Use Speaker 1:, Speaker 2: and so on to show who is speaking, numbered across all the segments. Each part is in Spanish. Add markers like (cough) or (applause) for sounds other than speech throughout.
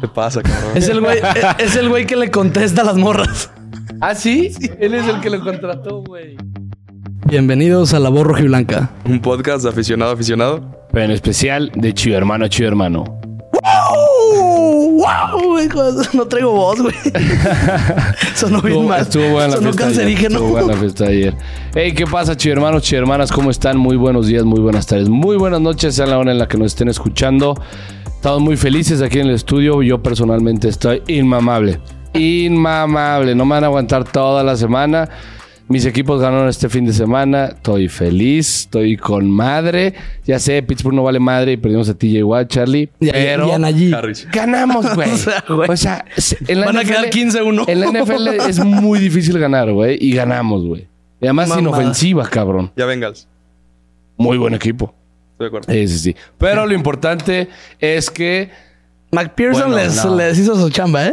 Speaker 1: ¿Qué pasa, cabrón?
Speaker 2: Es el güey, es, es el güey que le contesta a las morras.
Speaker 3: ¿Ah, sí? Él es el que lo contrató, güey.
Speaker 2: Bienvenidos a la voz rojiblanca.
Speaker 1: Un podcast de aficionado a aficionado.
Speaker 4: Pero en especial de Chivo Hermano a Chivo Hermano.
Speaker 2: ¡Wow! Uh, ¡Wow! hijo! No traigo voz,
Speaker 4: (laughs)
Speaker 2: güey. Sonó
Speaker 3: Pues
Speaker 2: bien mal.
Speaker 4: Estuvo buena la
Speaker 2: Sonó
Speaker 4: fiesta ayer,
Speaker 2: cancerígeno.
Speaker 4: Estuvo buena la fiesta ayer. Hey, ¿qué pasa, Chivo Hermanos, Chivo Hermanas? ¿Cómo están? Muy buenos días, muy buenas tardes, muy buenas noches. Sea la hora en la que nos estén escuchando. Estamos muy felices aquí en el estudio. Yo personalmente estoy inmamable. Inmamable. No me van a aguantar toda la semana. Mis equipos ganaron este fin de semana. Estoy feliz. Estoy con madre. Ya sé, Pittsburgh no vale madre y perdimos a TJ Watt, Charlie.
Speaker 2: (laughs) Y,
Speaker 4: pero...
Speaker 2: y Anallí.
Speaker 1: Harris.
Speaker 4: Ganamos, güey.
Speaker 2: (laughs) O sea,
Speaker 4: o sea,
Speaker 2: güey.
Speaker 4: se- en la
Speaker 2: Van a
Speaker 4: NFL
Speaker 2: quedar 15-1.
Speaker 4: En la NFL es muy difícil ganar, güey. Y ganamos, güey. Y además
Speaker 2: Mamada.
Speaker 4: sin ofensiva, cabrón.
Speaker 1: Ya Bengals.
Speaker 4: Muy buen equipo.
Speaker 1: Estoy de acuerdo.
Speaker 4: Sí, sí, sí. Pero lo importante es que
Speaker 2: McPherson
Speaker 4: Bueno,
Speaker 2: les,
Speaker 4: no.
Speaker 2: les hizo su chamba, ¿eh?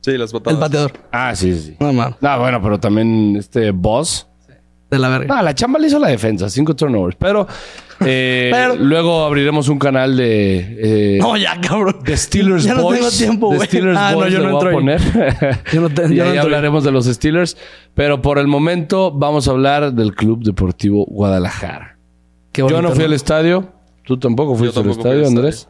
Speaker 1: Sí, las
Speaker 2: El
Speaker 1: botadas.
Speaker 2: pateador.
Speaker 4: Ah, sí, sí, sí.
Speaker 2: No mames.
Speaker 4: No, bueno, pero también este boss.
Speaker 2: De la verga.
Speaker 4: No, la chamba le hizo la defensa, cinco turnovers. Pero, eh,
Speaker 2: Pero-
Speaker 4: luego abriremos un canal de. eh,
Speaker 2: No, ya, cabrón.
Speaker 4: de Steelers
Speaker 2: Ya no
Speaker 4: Boys.
Speaker 2: tengo tiempo,
Speaker 4: De
Speaker 2: güey.
Speaker 4: Steelers
Speaker 2: Ah, no,
Speaker 4: Boys
Speaker 2: yo
Speaker 4: le
Speaker 2: no
Speaker 4: voy
Speaker 2: entro
Speaker 4: a
Speaker 2: ahí.
Speaker 4: poner.
Speaker 2: Yo no te- yo no
Speaker 4: (laughs) y ahí
Speaker 2: entro ahí.
Speaker 4: hablaremos de los Steelers. Pero por el momento vamos a hablar del Club Deportivo Guadalajara.
Speaker 2: Qué
Speaker 4: Yo no
Speaker 2: bonito,
Speaker 4: fui al estadio. Tú tampoco fuiste
Speaker 1: tampoco fui
Speaker 4: al
Speaker 1: al
Speaker 4: estadio,
Speaker 1: estadio.
Speaker 4: Andrés.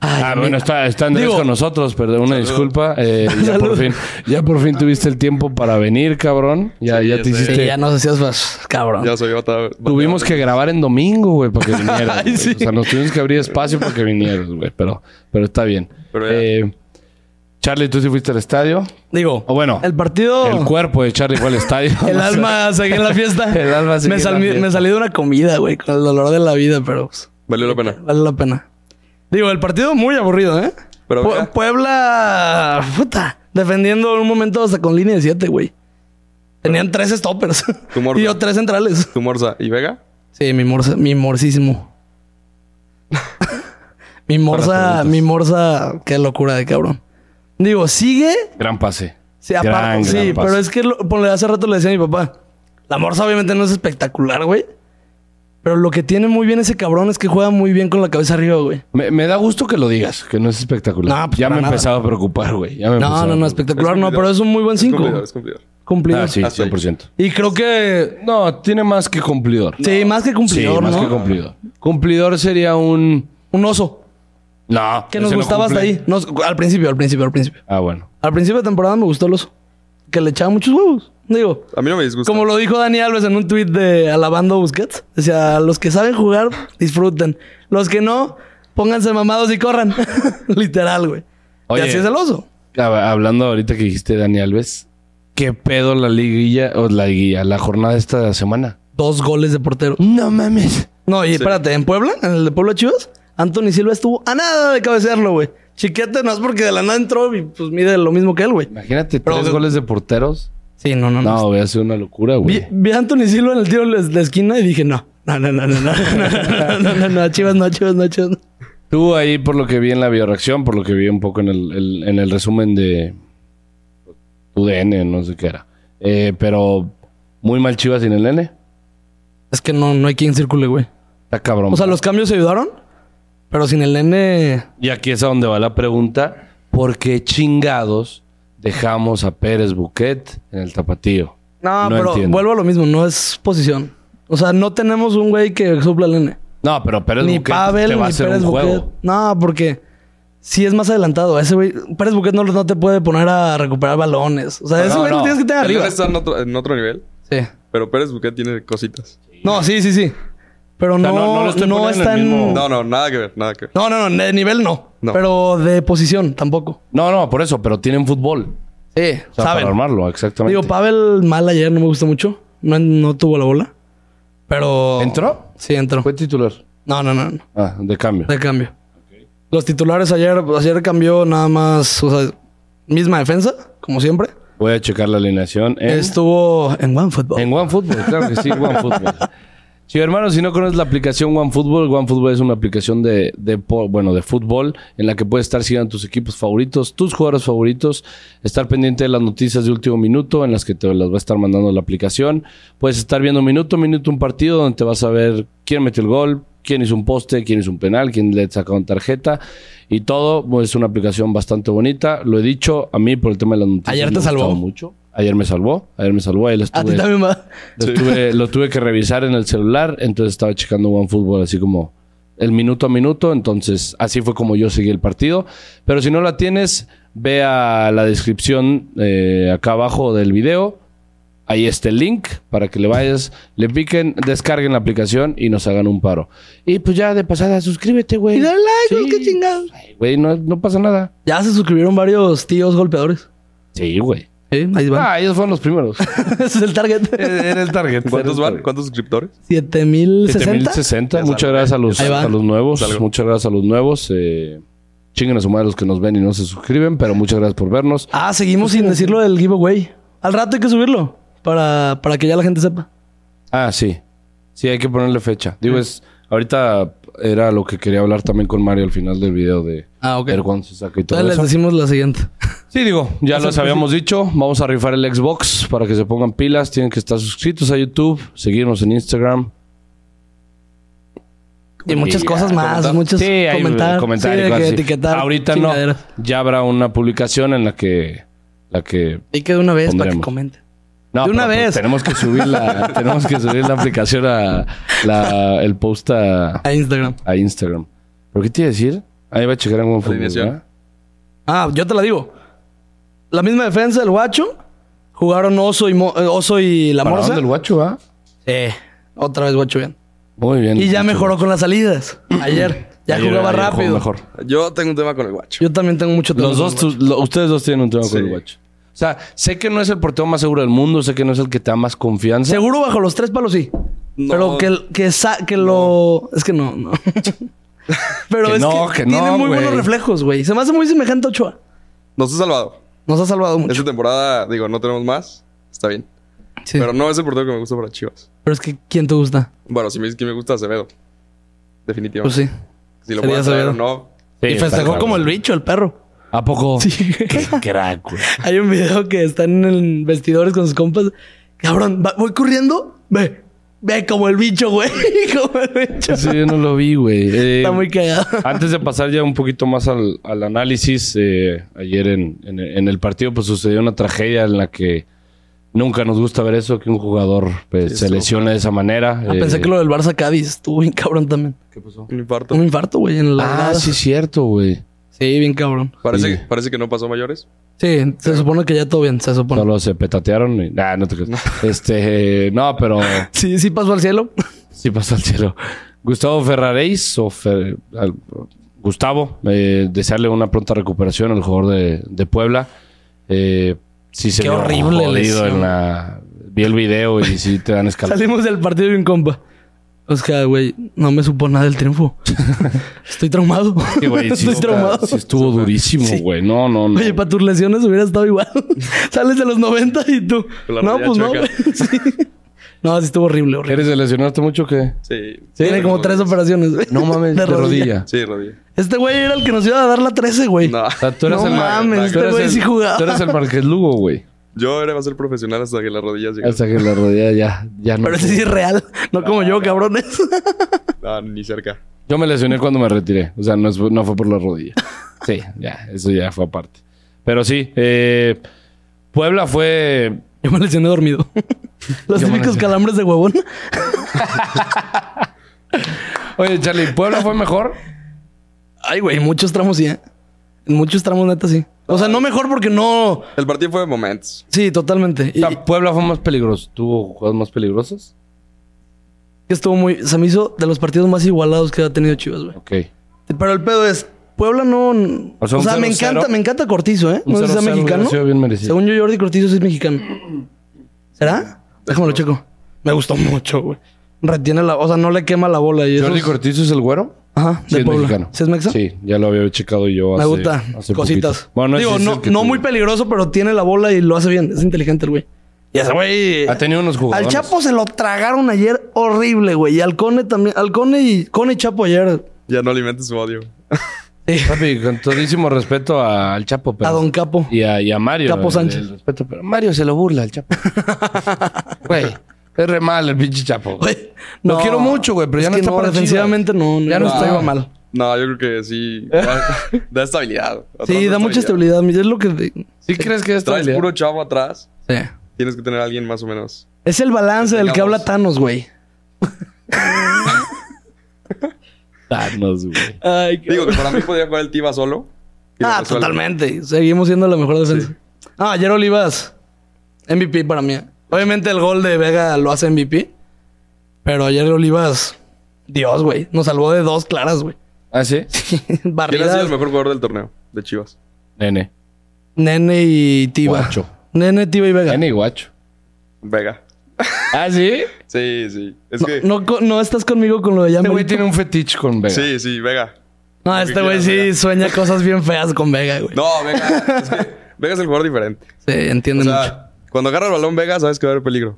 Speaker 2: Ay,
Speaker 4: ah,
Speaker 2: mi-
Speaker 4: bueno, está, está Andrés
Speaker 2: Digo-
Speaker 4: con nosotros, perdón, una disculpa. Eh, ya, por fin, ya por fin tuviste el tiempo para venir, cabrón. Ya,
Speaker 1: Sí, ya
Speaker 4: ya te
Speaker 1: sé.
Speaker 4: hiciste.
Speaker 2: Sí, ya no sé si es cabrón.
Speaker 1: Ya soy bata-
Speaker 4: Tuvimos que grabar en domingo, güey, para que vinieras.
Speaker 2: Ay,
Speaker 4: güey.
Speaker 2: sí.
Speaker 4: O sea, nos tuvimos que abrir espacio para que vinieras, güey. Pero, pero está bien.
Speaker 1: Pero ya.
Speaker 4: Eh, Charlie, tú sí fuiste al estadio.
Speaker 2: Digo,
Speaker 4: O bueno,
Speaker 2: el partido.
Speaker 4: el cuerpo de Charlie fue al
Speaker 2: (laughs)
Speaker 4: estadio. (laughs)
Speaker 2: El
Speaker 4: No sé.
Speaker 2: alma seguí en la fiesta.
Speaker 4: (laughs) El alma seguí
Speaker 2: me,
Speaker 4: en la
Speaker 2: salí-
Speaker 4: fiesta.
Speaker 2: me salí de una comida, güey, con el dolor de la vida, pero pues,
Speaker 1: Valió la pena.
Speaker 2: vale la pena. Digo, el partido muy aburrido, ¿eh?
Speaker 1: Pero
Speaker 2: Pue-
Speaker 1: mira.
Speaker 2: Puebla, puta, defendiendo en un momento hasta con línea de 7, güey. Tenían tres stoppers
Speaker 1: Tu morbo.
Speaker 2: (laughs) y yo tres centrales.
Speaker 1: ¿Tu Morza y Vega?
Speaker 2: Sí, mi morsa, mi
Speaker 4: (laughs)
Speaker 2: morsísimo. mi morsa, mi morsa, qué locura de cabrón. Digo, sigue
Speaker 4: Gran pase.
Speaker 2: Sí, aparte,
Speaker 4: Gran,
Speaker 2: sí,
Speaker 4: gran pase.
Speaker 2: pero es que lo- ponle, hace rato le decía a mi papá, la morsa obviamente no es espectacular, güey. Pero lo que tiene muy bien ese cabrón es que juega muy bien con la cabeza arriba, güey.
Speaker 4: Me, me da gusto que lo digas, que no es espectacular.
Speaker 2: No, pues,
Speaker 4: ya
Speaker 2: para
Speaker 4: me
Speaker 2: nada.
Speaker 4: empezaba a preocupar, güey. Ya me
Speaker 2: No,
Speaker 4: empezaba
Speaker 2: no, no,
Speaker 4: a preocupar.
Speaker 2: espectacular no, pero es un muy buen 5.
Speaker 1: Cumplidor, es cumplidor.
Speaker 2: Cumplido.
Speaker 4: Ah, sí,
Speaker 1: Hasta ahí.
Speaker 4: 100%.
Speaker 2: Y creo que...
Speaker 4: No, tiene más que cumplidor.
Speaker 2: Sí, más que cumplidor,
Speaker 4: sí, más
Speaker 2: ¿no?
Speaker 4: que cumplidor. Cumplidor sería un...
Speaker 2: Un oso
Speaker 4: No.
Speaker 2: que nos
Speaker 4: ese no
Speaker 2: gustaba hasta
Speaker 4: cumple.
Speaker 2: ahí. Nos- al principio, al principio, al principio.
Speaker 4: Ah, bueno.
Speaker 2: Al principio de temporada me gustó el oso. Que le echaba muchos huevos. Digo,
Speaker 1: A mí no me disgusta.
Speaker 2: Como lo dijo Dani Alves en un tuit de alabando a Busquets. Decía, los que saben jugar, disfruten. Los que no, pónganse mamados y corran. (laughs) Literal, güey. Y
Speaker 4: Oye.
Speaker 2: así es el oso.
Speaker 4: Hab- Hablando ahorita que dijiste Dani Alves, ¿qué pedo la liguilla o la liguilla, la jornada de esta semana?
Speaker 2: Dos goles de portero. Mm.
Speaker 4: No mames.
Speaker 2: No, y espérate, en Puebla, en el de Puebla Chivas, Anthony Silva estuvo a nada de cabecearlo, güey. Chiquete no es porque de la nada entró y pues mide lo mismo que él, güey.
Speaker 4: Imagínate
Speaker 2: Pero-
Speaker 4: tres goles de porteros.
Speaker 2: Sí, no, no, no.
Speaker 4: No, voy a hacer una locura,
Speaker 2: Vi,
Speaker 4: güey.
Speaker 2: vi a Anthony Silva en el tiro de la esquina y dije, no, no, no, no, no, no, no, no, no, no, no, Chivas, no, Chivas, no, Chivas. no.
Speaker 4: Tú ahí, por lo que vi en la bioreacción, por lo que vi un poco en el, el- en el resumen de tu DN, no sé qué era. Eh, pero muy mal Chivas sin el N.
Speaker 2: Es que no, no hay quien circule, güey.
Speaker 4: Está cabrón.
Speaker 2: O sea, los cambios ayudaron, pero sin el nene.
Speaker 4: Y aquí es a donde va la pregunta. ¿Por qué chingados dejamos a Pérez Buquet en el tapatío?
Speaker 2: No, pero
Speaker 4: entiendo.
Speaker 2: vuelvo a lo mismo, no es posición. O sea, no tenemos un güey que supla al nene.
Speaker 4: No, pero Pérez
Speaker 2: ni
Speaker 4: Buquet pues,
Speaker 2: Pavel,
Speaker 4: te va a
Speaker 2: ni
Speaker 4: hacer
Speaker 2: Pérez
Speaker 4: un
Speaker 2: Buquet.
Speaker 4: juego.
Speaker 2: No, porque si es más adelantado, ese güey. Pérez Buquet no, no te puede poner a recuperar balones. O sea,
Speaker 4: No,
Speaker 2: ese
Speaker 4: no,
Speaker 2: güey no,
Speaker 4: no.
Speaker 2: tienes que tener
Speaker 1: Él
Speaker 2: arriba.
Speaker 1: está en otro, en otro nivel,
Speaker 2: Sí.
Speaker 1: pero Pérez Buquet tiene cositas.
Speaker 2: No, sí, sí, sí. Pero
Speaker 4: sea,
Speaker 2: no,
Speaker 4: no-
Speaker 2: no,
Speaker 4: no lo estoy poniendo en el
Speaker 2: está en.
Speaker 4: mismo-
Speaker 1: No, no, nada que ver, nada que ver.
Speaker 2: No, no, no, de nivel no.
Speaker 1: No.
Speaker 2: Pero de posición tampoco.
Speaker 4: No, no, por eso, pero tienen fútbol.
Speaker 2: Sí,
Speaker 4: O sea, para armarlo, exactamente.
Speaker 2: Digo, Pavel mal ayer no me gustó mucho. No, no tuvo la bola. Pero.
Speaker 4: ¿Entró?
Speaker 2: Sí, entró.
Speaker 4: Fue titular.
Speaker 2: No, no, no. no.
Speaker 4: Ah, de cambio.
Speaker 2: De cambio. Los titulares ayer, ayer cambió nada más, o sea, misma defensa, como siempre.
Speaker 4: Voy a checar la alineación en,
Speaker 2: Estuvo en OneFootball.
Speaker 4: en OneFootball. Claro que
Speaker 2: (laughs)
Speaker 4: sí, OneFootball. Sí, hermano, si no conoces la aplicación OneFootball, OneFootball es una aplicación de, de po- bueno, de fútbol en la que puedes estar siguiendo tus equipos favoritos, tus jugadores favoritos, estar pendiente de las noticias de último minuto en las que te las va a estar mandando la aplicación. Puedes estar viendo minuto a minuto un partido donde te vas a ver quién metió el gol, quién hizo un poste, quién hizo un penal, quién le sacaron tarjeta. y todo. Pues, es una aplicación bastante bonita. Lo he dicho a mí por el tema de las noticias.
Speaker 2: Ayer te
Speaker 4: me ha gustado
Speaker 2: salvó.
Speaker 4: mucho. Ayer me salvó. Ayer me salvó. Ahí lo
Speaker 2: A
Speaker 4: estuve,
Speaker 2: ti también va.
Speaker 4: lo,
Speaker 1: Sí.
Speaker 4: estuve- lo tuve que revisar en el celular. Entonces estaba checando OneFootball así como el minuto a minuto. Entonces así fue como yo seguí el partido. Pero si no la tienes, ve a la descripción eh, acá abajo del video. Ahí está el link para que le vayas, le piquen, descarguen la aplicación y nos hagan un paro. Y pues ya de pasada, suscríbete, güey.
Speaker 2: Y dale like,
Speaker 4: Sí.
Speaker 2: qué chingados.
Speaker 4: Ay, Güey, no, no pasa nada.
Speaker 2: Ya se suscribieron varios tíos golpeadores.
Speaker 4: Sí, güey.
Speaker 2: ¿Eh? Ahí van.
Speaker 4: Ah, ellos fueron los primeros.
Speaker 2: (laughs) Ese es el (laughs) target.
Speaker 4: Era el target.
Speaker 1: ¿Cuántos van? ¿Cuántos suscriptores?
Speaker 2: 7060.
Speaker 4: 7060. Muchas gracias a los,
Speaker 2: Ahí va.
Speaker 4: a los nuevos.
Speaker 1: Salgo.
Speaker 4: Muchas gracias a los nuevos. Eh, chinguen a su madre los que nos ven y no se suscriben, pero muchas gracias por vernos.
Speaker 2: Ah, seguimos sin decirlo del giveaway. Al rato hay que subirlo para, para que ya la gente sepa.
Speaker 4: Ah, sí. Sí, hay que ponerle fecha. Digo, es. Ahorita era lo que quería hablar también con Mario al final del video de.
Speaker 2: Ah, ok.
Speaker 4: Ver cuándo se saca y todo
Speaker 2: Entonces les
Speaker 4: eso.
Speaker 2: decimos la siguiente.
Speaker 4: Sí, digo, ya los habíamos dicho. Vamos a rifar el Xbox para que se pongan pilas. Tienen que estar suscritos a YouTube, seguirnos en Instagram.
Speaker 2: Y muchas
Speaker 4: ya,
Speaker 2: cosas más,
Speaker 4: comentar.
Speaker 2: muchas
Speaker 4: Sí, hay
Speaker 2: comentar.
Speaker 4: comentarios,
Speaker 2: sí, de
Speaker 4: cosas
Speaker 2: que
Speaker 4: así.
Speaker 2: etiquetar.
Speaker 4: Ahorita no.
Speaker 2: chingaderas.
Speaker 4: Ya habrá una publicación en la que. La que
Speaker 2: Y que de una vez para que
Speaker 4: Pondremos.
Speaker 2: comenten.
Speaker 4: no,
Speaker 2: De una
Speaker 4: pero, pues,
Speaker 2: vez.
Speaker 4: tenemos que subir (laughs) la, tenemos que subir la aplicación a la- el post a,
Speaker 2: A Instagram.
Speaker 4: a Instagram. ¿Pero qué te iba a decir? Ahí va a checar en OneFootball,
Speaker 1: Alineación.
Speaker 4: ¿verdad?
Speaker 2: Ah, yo te la digo. La misma defensa del guacho. Jugaron Oso y, Mo- eh, Oso y la
Speaker 4: ¿Para
Speaker 2: Morsa.
Speaker 4: dónde el guacho va?
Speaker 2: Eh, otra vez guacho bien.
Speaker 4: Muy bien.
Speaker 2: Y ya
Speaker 4: Guacho.
Speaker 2: mejoró con las
Speaker 4: (clears throat)
Speaker 2: salidas. Ayer. Ya
Speaker 4: Ayer-
Speaker 2: jugaba
Speaker 4: ayer jugó
Speaker 2: rápido.
Speaker 4: mejor.
Speaker 1: Yo tengo un tema con el guacho.
Speaker 2: Yo también tengo mucho
Speaker 4: Los dos,
Speaker 2: talento.
Speaker 4: tu- lo- ustedes dos tienen un tema
Speaker 1: Sí.
Speaker 4: con el guacho. O sea, sé que no es el portero más seguro del mundo, sé que no es el que te da más confianza.
Speaker 2: Seguro bajo los tres palos sí.
Speaker 1: No.
Speaker 2: Pero que, que, sa- que lo. Es que no, (laughs) no. Pero
Speaker 4: Que
Speaker 2: es
Speaker 4: no,
Speaker 2: que,
Speaker 4: que
Speaker 2: tiene
Speaker 4: no,
Speaker 2: muy buenos
Speaker 4: güey.
Speaker 2: reflejos, güey. Se me hace muy semejante a Ochoa.
Speaker 1: Nos ha salvado.
Speaker 2: Nos ha salvado mucho.
Speaker 1: Esta temporada, digo, no tenemos más. Está bien.
Speaker 2: Sí.
Speaker 1: Pero no es el portero que me gusta para Chivas.
Speaker 2: Pero es que, ¿quién te gusta?
Speaker 1: Bueno, si me dices que me gusta Acevedo.
Speaker 2: Pues
Speaker 1: Definitivamente.
Speaker 2: sí.
Speaker 1: si lo
Speaker 2: sería
Speaker 1: puedo traer o
Speaker 2: Acevedo.
Speaker 1: no.
Speaker 4: Sí,
Speaker 2: y
Speaker 4: está
Speaker 2: festejó
Speaker 4: claro.
Speaker 2: como el bicho, el perro.
Speaker 4: ¿A poco?
Speaker 2: Sí. (laughs)
Speaker 4: Crack, güey.
Speaker 2: Hay un video que están en vestidores con sus compas. Cabrón, va- voy corriendo. Ve, ve como el bicho, güey. (laughs) como el bicho.
Speaker 4: Sí, yo no lo vi, güey. Eh,
Speaker 2: Está muy cagado.
Speaker 4: Antes de pasar ya un poquito más al, al análisis, eh, ayer en, en- en el partido pues sucedió una tragedia en la que nunca nos gusta ver eso, que un jugador pues, se lesione de esa manera.
Speaker 2: Ah,
Speaker 4: eh,
Speaker 2: pensé que lo del Barça Cádiz estuvo bien cabrón también.
Speaker 1: Un infarto.
Speaker 2: Un infarto, güey, en la.
Speaker 4: Ah, sí, cierto, güey.
Speaker 2: sí, bien cabrón.
Speaker 1: Parece,
Speaker 4: Sí.
Speaker 1: parece que no pasó mayores.
Speaker 2: Sí, se supone que ya todo bien, se supone.
Speaker 4: Solo se petatearon y... Nah, no te creas. Este, no, pero
Speaker 2: Sí, sí pasó al cielo. (laughs)
Speaker 4: sí pasó al cielo. Gustavo Ferraréis o Fer- al- Gustavo, eh, desearle una pronta recuperación al jugador de, de Puebla. Eh, sí se
Speaker 2: Qué
Speaker 4: vio
Speaker 2: horrible
Speaker 4: jodido
Speaker 2: lesión.
Speaker 4: en la... Vi el video y sí te dan escalón.
Speaker 2: Salimos del partido de un compa. O sea, güey, no me supo nada el triunfo. (laughs) Estoy traumado.
Speaker 4: Sí, güey, sí
Speaker 2: Estoy
Speaker 4: está-
Speaker 2: traumado.
Speaker 4: sí estuvo durísimo,
Speaker 2: Sí.
Speaker 4: güey. No, no, no.
Speaker 2: Oye, para tus lesiones hubiera estado
Speaker 4: (laughs)
Speaker 2: igual. (laughs) Sales de los 90 y tú.
Speaker 1: Con la
Speaker 2: No,
Speaker 1: rodilla
Speaker 2: pues no,
Speaker 1: chueca.
Speaker 2: güey. (laughs) Sí. No, sí estuvo horrible, horrible.
Speaker 4: ¿Eres de lesionarte mucho o qué?
Speaker 1: Sí.
Speaker 2: Tiene como tres operaciones, güey. (laughs)
Speaker 4: No mames, de, rodilla.
Speaker 1: Sí, rodilla.
Speaker 2: Este güey era el que nos iba a dar la 13, güey.
Speaker 1: No.
Speaker 4: O sea, tú eras
Speaker 2: No
Speaker 4: el Mar-
Speaker 2: mames,
Speaker 4: tú
Speaker 2: este
Speaker 4: eras
Speaker 2: güey
Speaker 4: el-
Speaker 2: sí jugaba.
Speaker 4: Tú eras el Marqués Lugo, güey.
Speaker 1: (laughs) Yo era, va a ser profesional hasta que las rodillas lleguen.
Speaker 4: Hasta que la rodilla ya, ya no.
Speaker 2: Pero ese sí es real. No como yo,
Speaker 4: (laughs)
Speaker 2: cabrones.
Speaker 1: Ah, ni cerca.
Speaker 4: Yo me lesioné cuando me retiré. O sea, no, es- no fue por la
Speaker 2: (laughs)
Speaker 4: rodilla. Sí, ya, eso ya fue aparte. Pero sí, eh, Puebla fue.
Speaker 2: Yo me lesioné
Speaker 4: (laughs)
Speaker 2: dormido. Los
Speaker 4: Yo me
Speaker 2: típicos
Speaker 4: lesioné.
Speaker 2: calambres de huevón.
Speaker 4: Oye, Charlie, ¿Puebla fue mejor?
Speaker 2: Ay, güey, en muchos tramos sí, ¿eh? En muchos tramos, neta, sí. O sea, no mejor porque no.
Speaker 1: El partido fue de momentos.
Speaker 2: Sí, totalmente. (laughs)
Speaker 4: O
Speaker 2: Y
Speaker 4: sea, Puebla fue más peligroso. ¿Tuvo jugadas más peligrosas?
Speaker 2: estuvo muy. Se me hizo de los partidos más igualados que ha tenido Chivas, güey.
Speaker 4: Ok.
Speaker 2: Pero el pedo es. Puebla no.
Speaker 4: O
Speaker 2: O
Speaker 4: sea,
Speaker 2: sea,
Speaker 4: un
Speaker 2: me
Speaker 4: 0-0.
Speaker 2: encanta, me encanta Cortizo, ¿eh?
Speaker 4: Un
Speaker 2: No sé si sea
Speaker 4: 0-0
Speaker 2: mexicano.
Speaker 4: hubiera sido bien merecido.
Speaker 2: Según yo, Jordi Cortizo sí es mexicano. ¿Será? Déjamelo checo. Me gustó mucho, güey. Retiene la. O sea, no le quema la bola. Y
Speaker 4: ¿Jordi
Speaker 2: eso es-
Speaker 4: Cortizo es el güero?
Speaker 2: Ajá,
Speaker 4: Sí,
Speaker 2: de
Speaker 4: es
Speaker 2: Puebla.
Speaker 4: mexicano.
Speaker 2: ¿Sí es mexa?
Speaker 4: Sí, ya lo había checado yo
Speaker 2: Me
Speaker 4: hace
Speaker 2: gusta.
Speaker 4: hace
Speaker 2: Cositas.
Speaker 4: poquito. Bueno, ese
Speaker 2: Digo,
Speaker 4: es el
Speaker 2: no,
Speaker 4: que
Speaker 2: no
Speaker 4: tú-
Speaker 2: muy peligroso, pero tiene la bola y lo hace bien. Es inteligente el güey. Y ese güey.
Speaker 4: Ha tenido unos
Speaker 2: Al
Speaker 4: jugadores.
Speaker 2: Chapo se lo tragaron ayer horrible, güey. Y al Cone también. Al Cone y Cone y Chapo ayer.
Speaker 1: Ya no alimentes su odio.
Speaker 4: Papi, con todísimo respeto a- al Chapo. Pero,
Speaker 2: A Don Capo.
Speaker 4: Y a, y a Mario.
Speaker 2: Capo
Speaker 4: el-
Speaker 2: Sánchez.
Speaker 4: el respeto, pero Mario se lo burla al (laughs) Chapo. Güey, es re mal el pinche Chapo. güey.
Speaker 2: Güey, (laughs)
Speaker 4: Lo quiero mucho, güey, pero
Speaker 2: Es
Speaker 4: ya no
Speaker 2: que
Speaker 4: está para
Speaker 2: defensivamente no, no.
Speaker 4: Ya no
Speaker 2: iba-
Speaker 4: está.
Speaker 2: iba mal.
Speaker 1: No, yo creo que sí.
Speaker 2: (laughs)
Speaker 1: Da, da estabilidad. Atrás
Speaker 2: Sí, da mucha estabilidad. Es lo que...
Speaker 3: ¿Sí crees que es
Speaker 1: Traes puro chavo atrás.
Speaker 2: Sí.
Speaker 1: Tienes que tener a alguien más o menos.
Speaker 2: Es el balance del que
Speaker 1: Digamos.
Speaker 2: habla Thanos, güey.
Speaker 4: Thanos, güey.
Speaker 2: Ay, qué
Speaker 1: Digo que para mí podría jugar el Tiba solo. y lo
Speaker 2: Ah,
Speaker 1: resuelve.
Speaker 2: totalmente. Seguimos siendo la mejor defensa. Ah, ayer Olivas, MVP para mí. Obviamente el gol de Vega lo hace MVP. Pero ayer Olivas, Dios, güey. Nos salvó de dos claras, güey. (laughs)
Speaker 4: ¿Ah, sí?
Speaker 1: ¿Quién ha sido
Speaker 2: Barridas,
Speaker 1: el mejor jugador del torneo? De Chivas.
Speaker 4: Nene.
Speaker 2: Nene y Tiba.
Speaker 4: Guacho.
Speaker 2: Nene, Tiba y Vega.
Speaker 4: Nene y guacho.
Speaker 1: Vega.
Speaker 4: ¿Ah, sí?
Speaker 1: Sí, sí. Es que.
Speaker 2: No, no, co- no estás conmigo con lo de
Speaker 4: Este güey
Speaker 2: Jan
Speaker 4: tiene un fetiche con Vega.
Speaker 1: Sí, sí, Vega.
Speaker 2: No, este güey sí
Speaker 1: Vega.
Speaker 2: sueña cosas bien feas con Vega, güey.
Speaker 1: No, Vega. es que Vega es el jugador diferente.
Speaker 2: Sí, entiende
Speaker 1: O
Speaker 2: mucho.
Speaker 1: sea, cuando agarra el balón Vega, sabes que va a haber peligro.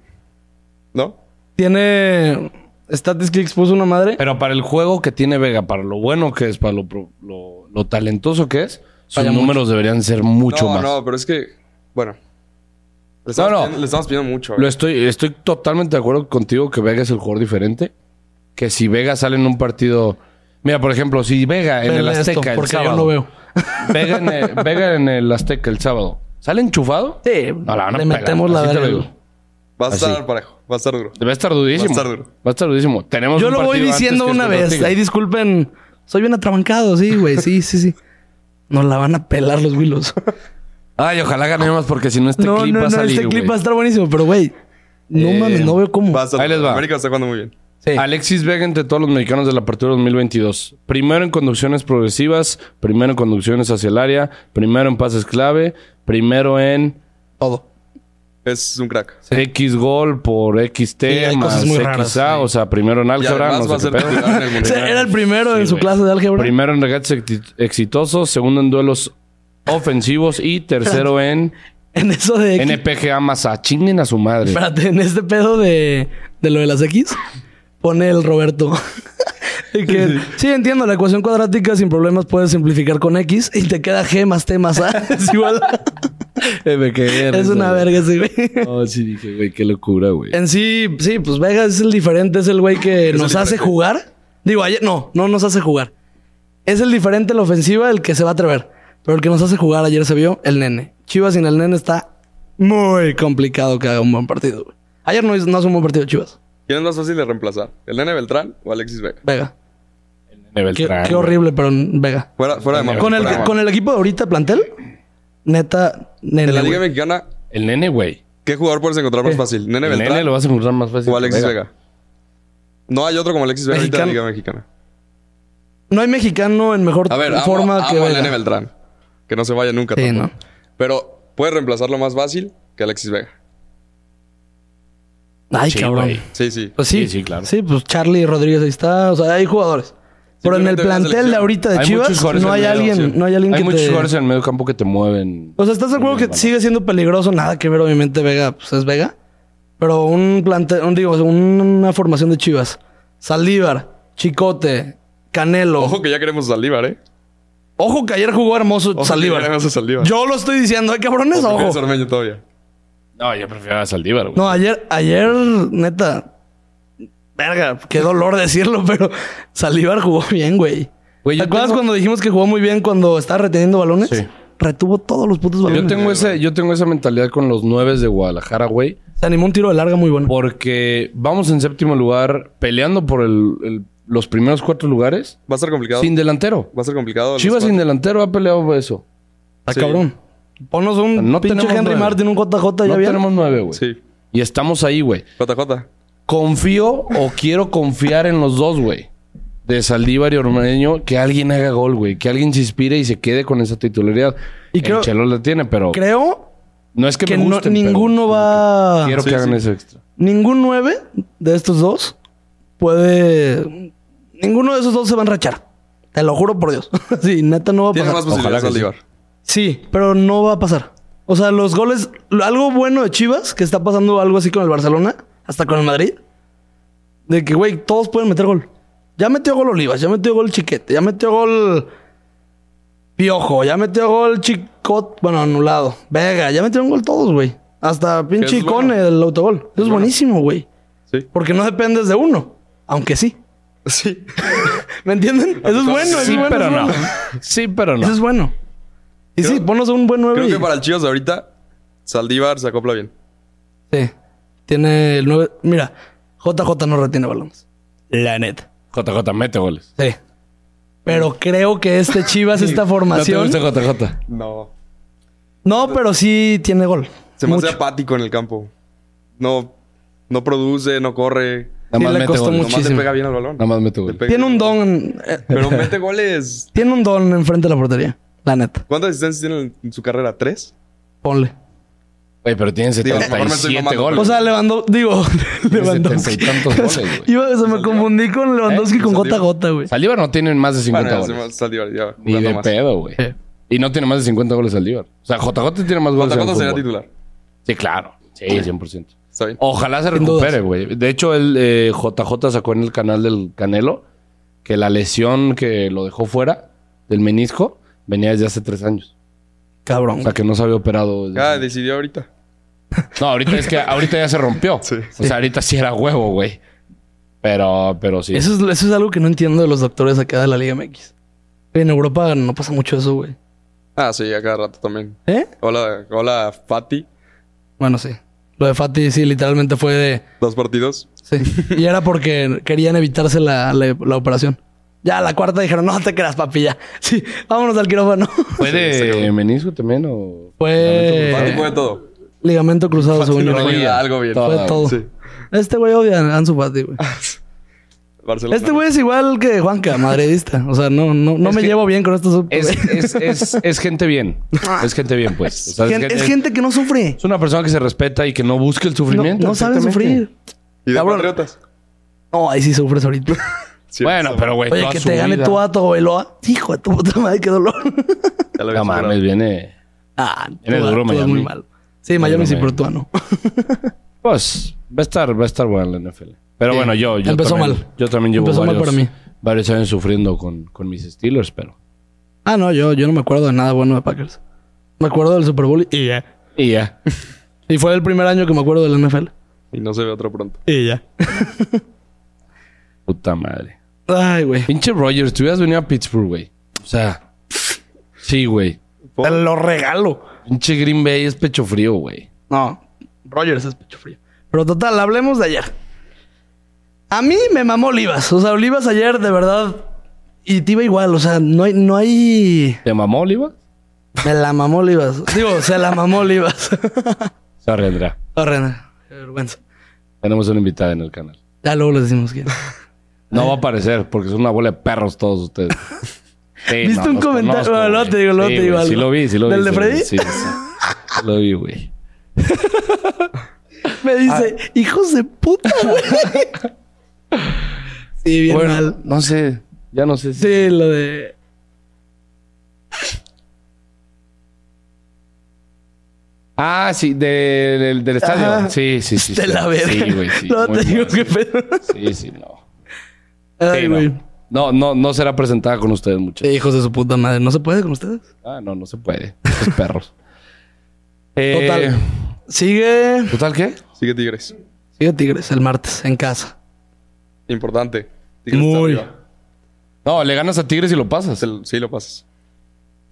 Speaker 1: ¿No?
Speaker 2: Tiene... StatisClicks puso una madre.
Speaker 4: Pero para el juego que tiene Vega, para lo bueno que es, para lo, pro- lo, lo talentoso que es, sus
Speaker 2: Falla mucho.
Speaker 4: números deberían ser mucho
Speaker 1: no,
Speaker 4: más.
Speaker 1: no, pero es que. Bueno. Le estamos,
Speaker 4: No, no.
Speaker 1: Pidiendo, le estamos pidiendo mucho. ¿eh?
Speaker 4: Lo
Speaker 1: güey.
Speaker 4: estoy, estoy totalmente de acuerdo contigo que Vega es el jugador diferente. Que si Vega sale en un partido. Mira, por ejemplo, si Vega en
Speaker 2: Ven
Speaker 4: el
Speaker 2: esto,
Speaker 4: Azteca el
Speaker 2: porque yo
Speaker 4: sábado.
Speaker 2: no veo.
Speaker 4: Vega, en el, Vega en el Azteca el sábado. ¿Sale enchufado?
Speaker 2: Sí,
Speaker 4: No, la van a
Speaker 2: le
Speaker 4: pegar,
Speaker 2: metemos la
Speaker 4: así te lo
Speaker 2: verga.
Speaker 4: digo.
Speaker 2: güey.
Speaker 1: Va a estar
Speaker 4: así.
Speaker 1: parejo. Va a estar duro.
Speaker 4: Va a estar durísimo.
Speaker 1: Va a estar duro.
Speaker 4: Va a estar durísimo. Tenemos
Speaker 2: Yo
Speaker 4: un
Speaker 2: lo voy
Speaker 4: partido antes
Speaker 2: diciendo
Speaker 4: que es
Speaker 2: una
Speaker 4: contra
Speaker 2: vez.
Speaker 4: Tigres.
Speaker 2: Ahí disculpen. Soy bien atrabancado, sí, güey. Sí, sí, sí. Nos la van a pelar los Willows.
Speaker 4: Ay, ojalá ganemos porque si no
Speaker 2: (laughs)
Speaker 4: este
Speaker 2: no,
Speaker 4: clip
Speaker 2: no,
Speaker 4: va a
Speaker 2: no.
Speaker 4: salir,
Speaker 2: este clip
Speaker 4: güey.
Speaker 2: va a estar buenísimo, pero güey. No
Speaker 4: Eh,
Speaker 2: mames, no veo cómo.
Speaker 1: Va a estar
Speaker 4: Ahí les
Speaker 1: duro.
Speaker 4: va.
Speaker 1: América está jugando muy bien.
Speaker 2: Sí.
Speaker 4: Alexis Vega entre todos los mexicanos de la apertura 2022. Primero en conducciones progresivas, primero en conducciones hacia el área, primero en pases clave, primero en
Speaker 2: Todo.
Speaker 1: Es un crack.
Speaker 4: X gol por XT
Speaker 2: Sí, hay
Speaker 4: más
Speaker 2: cosas muy
Speaker 4: XA,
Speaker 2: raras, sí.
Speaker 4: o sea, primero en
Speaker 1: Y
Speaker 4: álgebra,
Speaker 1: además
Speaker 4: no
Speaker 1: va a
Speaker 4: sé
Speaker 1: ser
Speaker 4: qué pedo.
Speaker 1: titular en el
Speaker 2: O sea,
Speaker 1: mundial.
Speaker 2: era el primero
Speaker 4: (laughs) Sí,
Speaker 2: en su
Speaker 4: güey.
Speaker 2: clase de álgebra.
Speaker 4: Primero en regates exi- exitosos, segundo en duelos ofensivos y
Speaker 2: (laughs)
Speaker 4: tercero en
Speaker 2: en eso de. X-
Speaker 4: NPGA más a chinguen a su
Speaker 2: (laughs)
Speaker 4: madre.
Speaker 2: Espérate, en este pedo de, de lo de las X, pone el Roberto. (laughs) Y que, sí, entiendo, la ecuación cuadrática sin problemas puedes simplificar con X y te queda G más T más A. (laughs) Es igual.
Speaker 4: Eh,
Speaker 2: es una verga ese, güey.
Speaker 4: No, sí dije, güey, qué locura, güey.
Speaker 2: En sí, sí, pues Vega es el diferente, es el güey que nos
Speaker 1: el
Speaker 2: hace
Speaker 1: diferente.
Speaker 2: jugar. Digo, ayer, no, no nos hace jugar. Es el diferente en la ofensiva, el que se va a atrever. Pero el que nos hace jugar ayer se vio el nene. Chivas sin el nene está muy complicado que haga un buen partido. güey. Ayer no, hizo- no hace un buen partido Chivas.
Speaker 1: ¿Quién es más fácil de reemplazar? ¿El Nene Beltrán o Alexis Vega?
Speaker 2: Vega.
Speaker 4: Nene
Speaker 2: Qué,
Speaker 4: Beltrán,
Speaker 2: qué
Speaker 4: güey.
Speaker 2: horrible, pero Vega.
Speaker 1: Fuera, fuera de mame,
Speaker 2: Con el,
Speaker 1: fuera de mame.
Speaker 2: con el equipo de ahorita, plantel, neta, nene.
Speaker 1: En la Liga
Speaker 2: güey.
Speaker 1: Mexicana,
Speaker 4: El nene, güey.
Speaker 1: ¿qué jugador puedes encontrar más fácil? ¿Nene
Speaker 4: El
Speaker 1: Beltrán
Speaker 4: nene lo vas a encontrar más fácil.
Speaker 1: o Alexis
Speaker 4: que
Speaker 1: Vega. No hay otro como Alexis Vega ahorita en la
Speaker 2: Mexicano.
Speaker 1: Liga Mexicana.
Speaker 2: No hay mexicano en mejor
Speaker 1: A
Speaker 2: (laughs)
Speaker 1: ver, amo,
Speaker 2: forma que
Speaker 1: amo al
Speaker 2: Vega.
Speaker 1: Nene Beltrán. Que no se vaya nunca.
Speaker 2: Sí,
Speaker 1: tampoco.
Speaker 2: ¿no?
Speaker 1: Pero puedes reemplazarlo más fácil que Alexis Vega.
Speaker 2: Ay,
Speaker 4: Sí,
Speaker 2: cabrón.
Speaker 4: güey.
Speaker 1: Sí, sí.
Speaker 2: Pues sí,
Speaker 4: Sí, sí, claro.
Speaker 2: Sí, pues Charlie Rodríguez ahí está. O sea, hay jugadores. Pero en el
Speaker 1: Simplemente ves la
Speaker 2: plantel de
Speaker 1: selección.
Speaker 2: ahorita de
Speaker 4: Hay muchos
Speaker 2: Chivas
Speaker 4: jugadores
Speaker 2: no
Speaker 4: en
Speaker 2: hay,
Speaker 4: medio,
Speaker 2: alguien,
Speaker 1: sí.
Speaker 2: no hay alguien
Speaker 4: Hay
Speaker 2: que
Speaker 4: muchos
Speaker 2: te...
Speaker 4: jugadores en el medio campo que te mueven.
Speaker 2: O sea, ¿estás de acuerdo que sigue siendo peligroso? Nada que ver, obviamente, Vega. Pues es Vega. Pero un plantel... un- digo, un- una formación de Chivas. Saldívar, Chicote, Canelo.
Speaker 1: Ojo
Speaker 2: Ojo,
Speaker 1: que ya queremos a Saldívar, ¿eh?
Speaker 2: que ayer jugó hermoso
Speaker 1: Ojo Que ya
Speaker 2: Saldívar.
Speaker 1: queremos a Saldívar.
Speaker 2: Yo lo estoy diciendo. ¿Hay cabrones?
Speaker 1: Porque es
Speaker 2: Ojo.
Speaker 1: Ormeño todavía.
Speaker 4: No, yo prefiero a Saldívar, güey.
Speaker 2: No, ayer... Ayer, neta... Verga, qué dolor decirlo, pero Saldívar jugó bien, güey. ¿Te
Speaker 4: Güey, yo
Speaker 2: acuerdas
Speaker 4: tengo-
Speaker 2: cuando dijimos que jugó muy bien cuando estaba reteniendo balones?
Speaker 4: Sí.
Speaker 2: Retuvo todos los putos balones.
Speaker 4: Yo tengo, ese, yo tengo esa mentalidad con los nueves de Guadalajara, güey.
Speaker 2: Se animó un tiro de larga muy bueno.
Speaker 4: Porque vamos en séptimo lugar peleando por el- el- los primeros cuatro lugares
Speaker 1: Va a ser complicado.
Speaker 4: sin delantero.
Speaker 1: Va a ser complicado. los
Speaker 4: Chivas
Speaker 1: cuatro.
Speaker 4: sin delantero ha peleado por eso.
Speaker 2: Está
Speaker 1: sí.
Speaker 2: cabrón. Ponos un
Speaker 4: No
Speaker 2: pinche
Speaker 4: tenemos
Speaker 2: Henry
Speaker 4: nueve.
Speaker 2: Martin, un JJ ya
Speaker 4: No
Speaker 2: bien.
Speaker 4: tenemos nueve, güey.
Speaker 1: Sí.
Speaker 4: Y estamos ahí, güey.
Speaker 1: JJ.
Speaker 4: Confío o quiero confiar en los dos, güey. De Saldívar y Ormeño, que alguien haga gol, güey. Que alguien se inspire y se quede con esa titularidad.
Speaker 2: Y
Speaker 4: Y
Speaker 2: creo-
Speaker 4: el Chelo la tiene, pero
Speaker 2: Creo
Speaker 4: no es que,
Speaker 2: que,
Speaker 4: me
Speaker 2: no-
Speaker 4: gusten, pero
Speaker 2: ninguno
Speaker 4: como
Speaker 2: va...
Speaker 4: que Quiero
Speaker 1: Sí,
Speaker 4: que hagan
Speaker 1: sí.
Speaker 4: eso extra.
Speaker 2: Ningún 9 de estos dos puede... Ninguno de esos dos se va a enrachar. Te lo juro por Dios. (laughs) sí, neta no va a
Speaker 1: Tiene más
Speaker 2: pasar.
Speaker 1: posibilidades
Speaker 4: Ojalá que sí.
Speaker 1: Saldívar.
Speaker 2: Sí, pero no va a pasar. O sea, los goles, lo- algo bueno de Chivas, que está pasando algo así con el Barcelona, hasta con el Madrid, de que, güey, todos pueden meter gol. Ya metió gol Olivas, ya metió gol Chiquete, ya metió gol Piojo, ya metió gol Chicot, bueno, anulado, Vega, ya metieron gol todos, güey. Hasta
Speaker 1: Eso
Speaker 2: pinche
Speaker 1: es
Speaker 2: Icone
Speaker 1: bueno.
Speaker 2: del autogol. Eso es
Speaker 1: bueno.
Speaker 2: buenísimo, güey.
Speaker 1: Sí.
Speaker 2: Porque no dependes de uno, aunque sí.
Speaker 1: Sí.
Speaker 2: (laughs) ¿Me entienden? Eso es bueno, eso
Speaker 4: Sí,
Speaker 2: es bueno.
Speaker 4: pero
Speaker 2: eso es
Speaker 4: no.
Speaker 2: bueno.
Speaker 4: Sí, pero no.
Speaker 2: Eso es bueno. Y
Speaker 1: Creo-
Speaker 2: sí, ponnos un buen 9.
Speaker 1: Creo que para el Chivas ahorita, Saldívar se acopla bien.
Speaker 2: Sí. Tiene el 9. Mira, JJ no retiene balones. La neta.
Speaker 4: JJ, mete goles.
Speaker 2: Sí. Pero creo que este Chivas, esta formación.
Speaker 4: ¿No te gusta JJ?
Speaker 1: No.
Speaker 2: No, pero sí tiene gol.
Speaker 1: Se me hace
Speaker 2: Mucho.
Speaker 1: apático en el campo. No, no produce, no corre.
Speaker 2: Sí,
Speaker 4: Nada más
Speaker 2: le
Speaker 4: mete
Speaker 2: costó
Speaker 4: goles.
Speaker 2: mucho.
Speaker 1: Nomás le
Speaker 2: Muchísimo.
Speaker 1: pega bien al balón.
Speaker 4: Nada más mete goles.
Speaker 1: Le pega-
Speaker 2: Tiene un don. eh,
Speaker 1: Pero mete goles.
Speaker 2: tiene un don enfrente de la portería. La neta.
Speaker 1: ¿Cuántas asistencias tiene en- en su carrera? ¿Tres?
Speaker 2: Ponle.
Speaker 4: Güey, pero tienen
Speaker 1: Digo, a lo mejor me estoy
Speaker 4: 77
Speaker 1: mamando,
Speaker 4: goles.
Speaker 2: O sea, Levando, digo,
Speaker 4: setenta
Speaker 2: Lewandowski.
Speaker 4: y tantos
Speaker 2: (laughs)
Speaker 4: goles, güey.
Speaker 2: Yo se me confundí con Lewandowski
Speaker 1: ¿Eh?
Speaker 2: con
Speaker 1: Salió.
Speaker 2: JJ, güey.
Speaker 4: Saldívar no tienen más de 50
Speaker 1: Bueno,
Speaker 4: goles.
Speaker 1: Saldívar ya
Speaker 4: Ni
Speaker 1: jugando
Speaker 4: de
Speaker 1: más.
Speaker 4: pedo, güey.
Speaker 2: Sí.
Speaker 4: Y no tiene más de 50 goles Saldívar. O sea, JJ tiene más goles. en el
Speaker 1: ¿Cuántas será
Speaker 4: fútbol.
Speaker 1: Ah,
Speaker 4: Oh,
Speaker 1: titular?
Speaker 4: Sí, claro. Sí, 100%.
Speaker 1: Está bien.
Speaker 4: Ojalá se
Speaker 2: Sin dudas.
Speaker 4: recupere, güey. De hecho, el eh, JJ sacó en el canal del Canelo que la lesión que lo dejó fuera del menisco venía desde hace tres años.
Speaker 2: Cabrón.
Speaker 4: O sea, que no se había operado. desde-
Speaker 1: Ah, decidió ahorita.
Speaker 4: No, ahorita es que ahorita ya se rompió. O sea, ahorita sí era huevo, güey. Pero, pero sí.
Speaker 2: Eso es, eso es algo que no entiendo de los doctores acá de la Liga MX. En Europa no pasa mucho eso, güey.
Speaker 1: Ah, sí, a cada rato también.
Speaker 2: ¿Eh?
Speaker 1: Hola, hola, Fati.
Speaker 2: Bueno, sí. Lo de Fati, sí, literalmente fue de.
Speaker 1: Dos partidos.
Speaker 2: Sí. Y era porque querían evitarse la, la- la operación. Ya a la cuarta dijeron, no te creas, papi, ya. Sí, vámonos al quirófano. (laughs)
Speaker 4: ¿Fue de menisco también o...?
Speaker 1: Fati
Speaker 2: Fue
Speaker 1: puede todo.
Speaker 2: ligamento cruzado, según yo.
Speaker 1: No
Speaker 2: Fue
Speaker 1: juega algo bien.
Speaker 4: Todo.
Speaker 2: todo.
Speaker 1: Sí.
Speaker 2: Este güey odia a Ansu
Speaker 1: (laughs)
Speaker 2: Fati, güey.
Speaker 1: Barcelona.
Speaker 2: Este güey es igual que Juanca, madridista. O sea, no, no, no
Speaker 4: Es
Speaker 2: me
Speaker 4: que-
Speaker 2: llevo bien con este estos.
Speaker 4: Es,
Speaker 2: güey.
Speaker 4: es, es, es gente bien. Es gente bien, pues. O
Speaker 2: (laughs)
Speaker 4: sea,
Speaker 2: Ah. Gen- es gente que no sufre.
Speaker 4: es una persona que se respeta y que no busca el
Speaker 2: No,
Speaker 4: sufrimiento.
Speaker 2: no saben
Speaker 4: exactamente.
Speaker 2: sufrir.
Speaker 1: Y de
Speaker 2: Cabrón.
Speaker 1: Patriotas.
Speaker 2: No, ahí sí sufres
Speaker 4: (laughs)
Speaker 2: ahorita.
Speaker 1: Sí,
Speaker 4: bueno,
Speaker 1: eso.
Speaker 4: pero güey,
Speaker 2: Oye,
Speaker 4: toda
Speaker 2: que
Speaker 4: su
Speaker 2: te gane
Speaker 4: vida.
Speaker 2: tu ato o Eloa. Hijo de tu puta madre, qué dolor.
Speaker 1: Ya lo
Speaker 4: No
Speaker 1: había superado.
Speaker 4: mames, viene...
Speaker 2: ah,
Speaker 4: Viene
Speaker 2: Tua-
Speaker 4: duro
Speaker 2: Tua es
Speaker 4: Miami.
Speaker 2: muy malo. Sí, Miami
Speaker 4: duro
Speaker 2: sí, pero
Speaker 4: Miami.
Speaker 2: tú no. (laughs)
Speaker 4: Pues va a estar, va a estar buena la NFL. Pero
Speaker 2: Sí.
Speaker 4: bueno, yo, yo
Speaker 2: Empezó
Speaker 4: también,
Speaker 2: mal.
Speaker 4: Yo también llevo
Speaker 2: Empezó mal
Speaker 4: varios,
Speaker 2: para mí.
Speaker 4: varios años sufriendo con, con mis Steelers, pero.
Speaker 2: Ah, no, yo, yo no me acuerdo de nada bueno de Packers. Me acuerdo del Super Bowl y- y ya.
Speaker 4: Y ya.
Speaker 2: Y fue el primer año que me acuerdo del NFL.
Speaker 1: Y no se ve otro pronto.
Speaker 2: Y ya.
Speaker 4: (laughs)
Speaker 2: (laughs)
Speaker 4: Puta madre.
Speaker 2: Ay, güey.
Speaker 4: Pinche Rogers, tú hubieras venido a Pittsburgh, güey. O sea. Sí, güey.
Speaker 2: Te lo regalo.
Speaker 4: Pinche Green Bay es pecho frío, güey.
Speaker 2: No, Rogers es pecho frío. Pero total, hablemos de ayer. A mí me mamó Olivas. O sea, Olivas ayer, de verdad. Y te iba igual, o sea, no hay, no hay.
Speaker 4: ¿Te mamó, Oliva?
Speaker 2: Me la mamó Olivas. Digo, se la mamó Olivas. (laughs)
Speaker 4: Sorry, Andrea.
Speaker 2: Sorry, Ana, qué vergüenza.
Speaker 4: Tenemos una invitada en el canal.
Speaker 2: Ya luego les decimos quién.
Speaker 4: No va a aparecer porque son una bola de perros todos
Speaker 2: (laughs)
Speaker 4: ustedes. Sí,
Speaker 2: ¿Viste un
Speaker 4: los
Speaker 2: comentario? Bueno, luego
Speaker 4: güey.
Speaker 2: te digo, luego
Speaker 4: Sí,
Speaker 2: te digo
Speaker 4: güey, Sí
Speaker 2: algo.
Speaker 4: lo vi, sí lo vi.
Speaker 2: ¿Del de
Speaker 4: sí lo vi,
Speaker 2: Freddy?
Speaker 4: Sí, sí,
Speaker 2: (laughs)
Speaker 4: sí. Lo vi, güey.
Speaker 2: Me dice, hijos de puta, güey. (laughs) Sí, bien
Speaker 4: Bueno,
Speaker 2: mal.
Speaker 4: no sé. Ya no sé si...
Speaker 2: Sí, lo de.
Speaker 4: Ah, sí, de- del, del estadio.
Speaker 2: Ajá.
Speaker 4: Sí, sí, sí.
Speaker 2: Te
Speaker 4: sí.
Speaker 2: la verga.
Speaker 4: Sí, güey,
Speaker 2: (laughs)
Speaker 4: sí.
Speaker 2: Luego
Speaker 4: muy
Speaker 2: te digo
Speaker 4: mal.
Speaker 2: qué pedo.
Speaker 4: Sí, sí, no.
Speaker 2: Ay,
Speaker 4: Sí,
Speaker 2: güey.
Speaker 4: no. no, no, no será presentada con ustedes,
Speaker 2: Sí,
Speaker 4: muchachos.
Speaker 2: hijos de su puta madre. ¿No se puede con ustedes?
Speaker 4: Ah, no, no se puede. Esos perros. Eh,
Speaker 2: (laughs) Total. Sigue.
Speaker 4: ¿Total qué?
Speaker 1: Sigue Tigres.
Speaker 2: Sigue Tigres el martes en casa.
Speaker 1: Importante. Tigres
Speaker 2: Muy.
Speaker 1: está arriba.
Speaker 4: No, le ganas a Tigres y lo pasas.
Speaker 1: Se lo- Sí, lo pasas.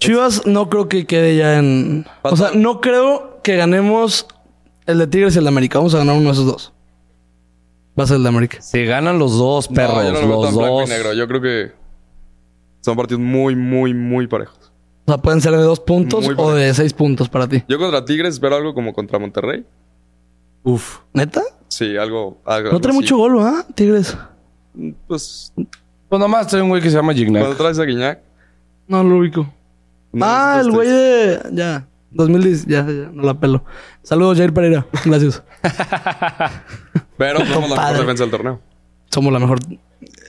Speaker 2: Chivas no creo que quede ya en. O sea, no creo que ganemos el de Tigres y el de América. Vamos a ganar uno de esos dos. Va a ser el de América.
Speaker 4: Se ganan los dos
Speaker 1: No,
Speaker 4: perros,
Speaker 1: yo no lo veo
Speaker 4: los
Speaker 1: tan blanco y
Speaker 4: dos.
Speaker 1: negro. Yo creo que son partidos muy, muy, muy parejos.
Speaker 2: O sea, pueden ser de dos puntos
Speaker 1: Muy
Speaker 2: o
Speaker 1: parejo.
Speaker 2: de seis puntos para ti.
Speaker 1: Yo contra Tigres espero algo como contra Monterrey.
Speaker 4: Uf.
Speaker 2: ¿Neta?
Speaker 1: Sí, algo. algo
Speaker 2: No trae
Speaker 1: así.
Speaker 2: mucho gol, ¿ah? Tigres.
Speaker 1: Pues
Speaker 4: Pues nomás trae un güey que se llama
Speaker 1: cuando
Speaker 4: Gignac.
Speaker 1: traes a Guiñac.
Speaker 2: No lo ubico.
Speaker 1: no
Speaker 2: ah,
Speaker 1: necesitas
Speaker 2: el güey
Speaker 1: tres.
Speaker 2: de. Ya. 2010. Ya, ya. No la pelo. Saludos, Jair Pereira. Gracias.
Speaker 1: Pero somos la mejor
Speaker 2: Compadre.
Speaker 1: defensa del torneo.
Speaker 2: Somos la mejor.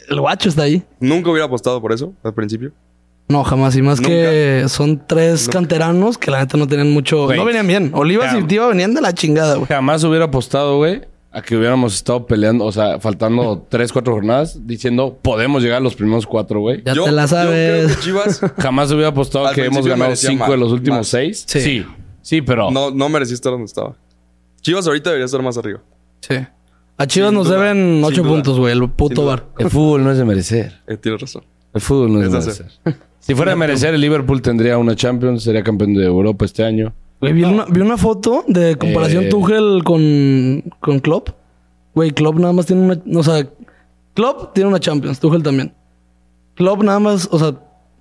Speaker 2: El guacho está ahí.
Speaker 1: Nunca hubiera apostado por eso al principio.
Speaker 2: No, jamás. Y más
Speaker 1: Nunca.
Speaker 2: que son tres canteranos que la neta no tenían mucho.
Speaker 4: Güey.
Speaker 2: No venían bien. Olivas
Speaker 4: Claro.
Speaker 2: y Tiva venían de la chingada, güey.
Speaker 4: Jamás hubiera apostado, güey, a que hubiéramos estado peleando, o
Speaker 1: (laughs)
Speaker 4: sea, faltando tres, cuatro jornadas, diciendo podemos llegar a los primeros cuatro, güey.
Speaker 2: Ya
Speaker 1: Yo-
Speaker 2: te la
Speaker 1: Yo creo
Speaker 2: sabes.
Speaker 1: que
Speaker 2: (laughs)
Speaker 1: Chivas
Speaker 4: Jamás hubiera apostado
Speaker 1: Al
Speaker 4: que hemos
Speaker 1: principio
Speaker 4: ganado
Speaker 1: merecía
Speaker 4: cinco
Speaker 1: más,
Speaker 4: de los últimos
Speaker 1: más.
Speaker 4: seis.
Speaker 2: Sí.
Speaker 4: sí. Sí, pero.
Speaker 1: no, no merecía estar donde estaba. Chivas ahorita debería estar más arriba.
Speaker 2: Sí. A Chivas
Speaker 1: Sin
Speaker 2: nos
Speaker 1: duda,
Speaker 2: deben
Speaker 1: sin
Speaker 2: ocho
Speaker 1: duda,
Speaker 2: puntos, güey. El
Speaker 1: sin
Speaker 2: puto
Speaker 1: duda.
Speaker 2: bar.
Speaker 4: El fútbol no es de merecer.
Speaker 1: Eh, tienes razón.
Speaker 4: El fútbol no es
Speaker 1: Entonces-
Speaker 4: merecer. Si
Speaker 1: (laughs)
Speaker 4: fuera de merecer, el Liverpool tendría una Champions, sería campeón de Europa este año.
Speaker 2: Güey, vi, una, vi una foto de comparación
Speaker 4: Eh.
Speaker 2: Tuchel con, con Klopp. Güey, Klopp nada más tiene una... O sea, Klopp tiene una Champions, Tuchel también. Klopp nada más, o sea,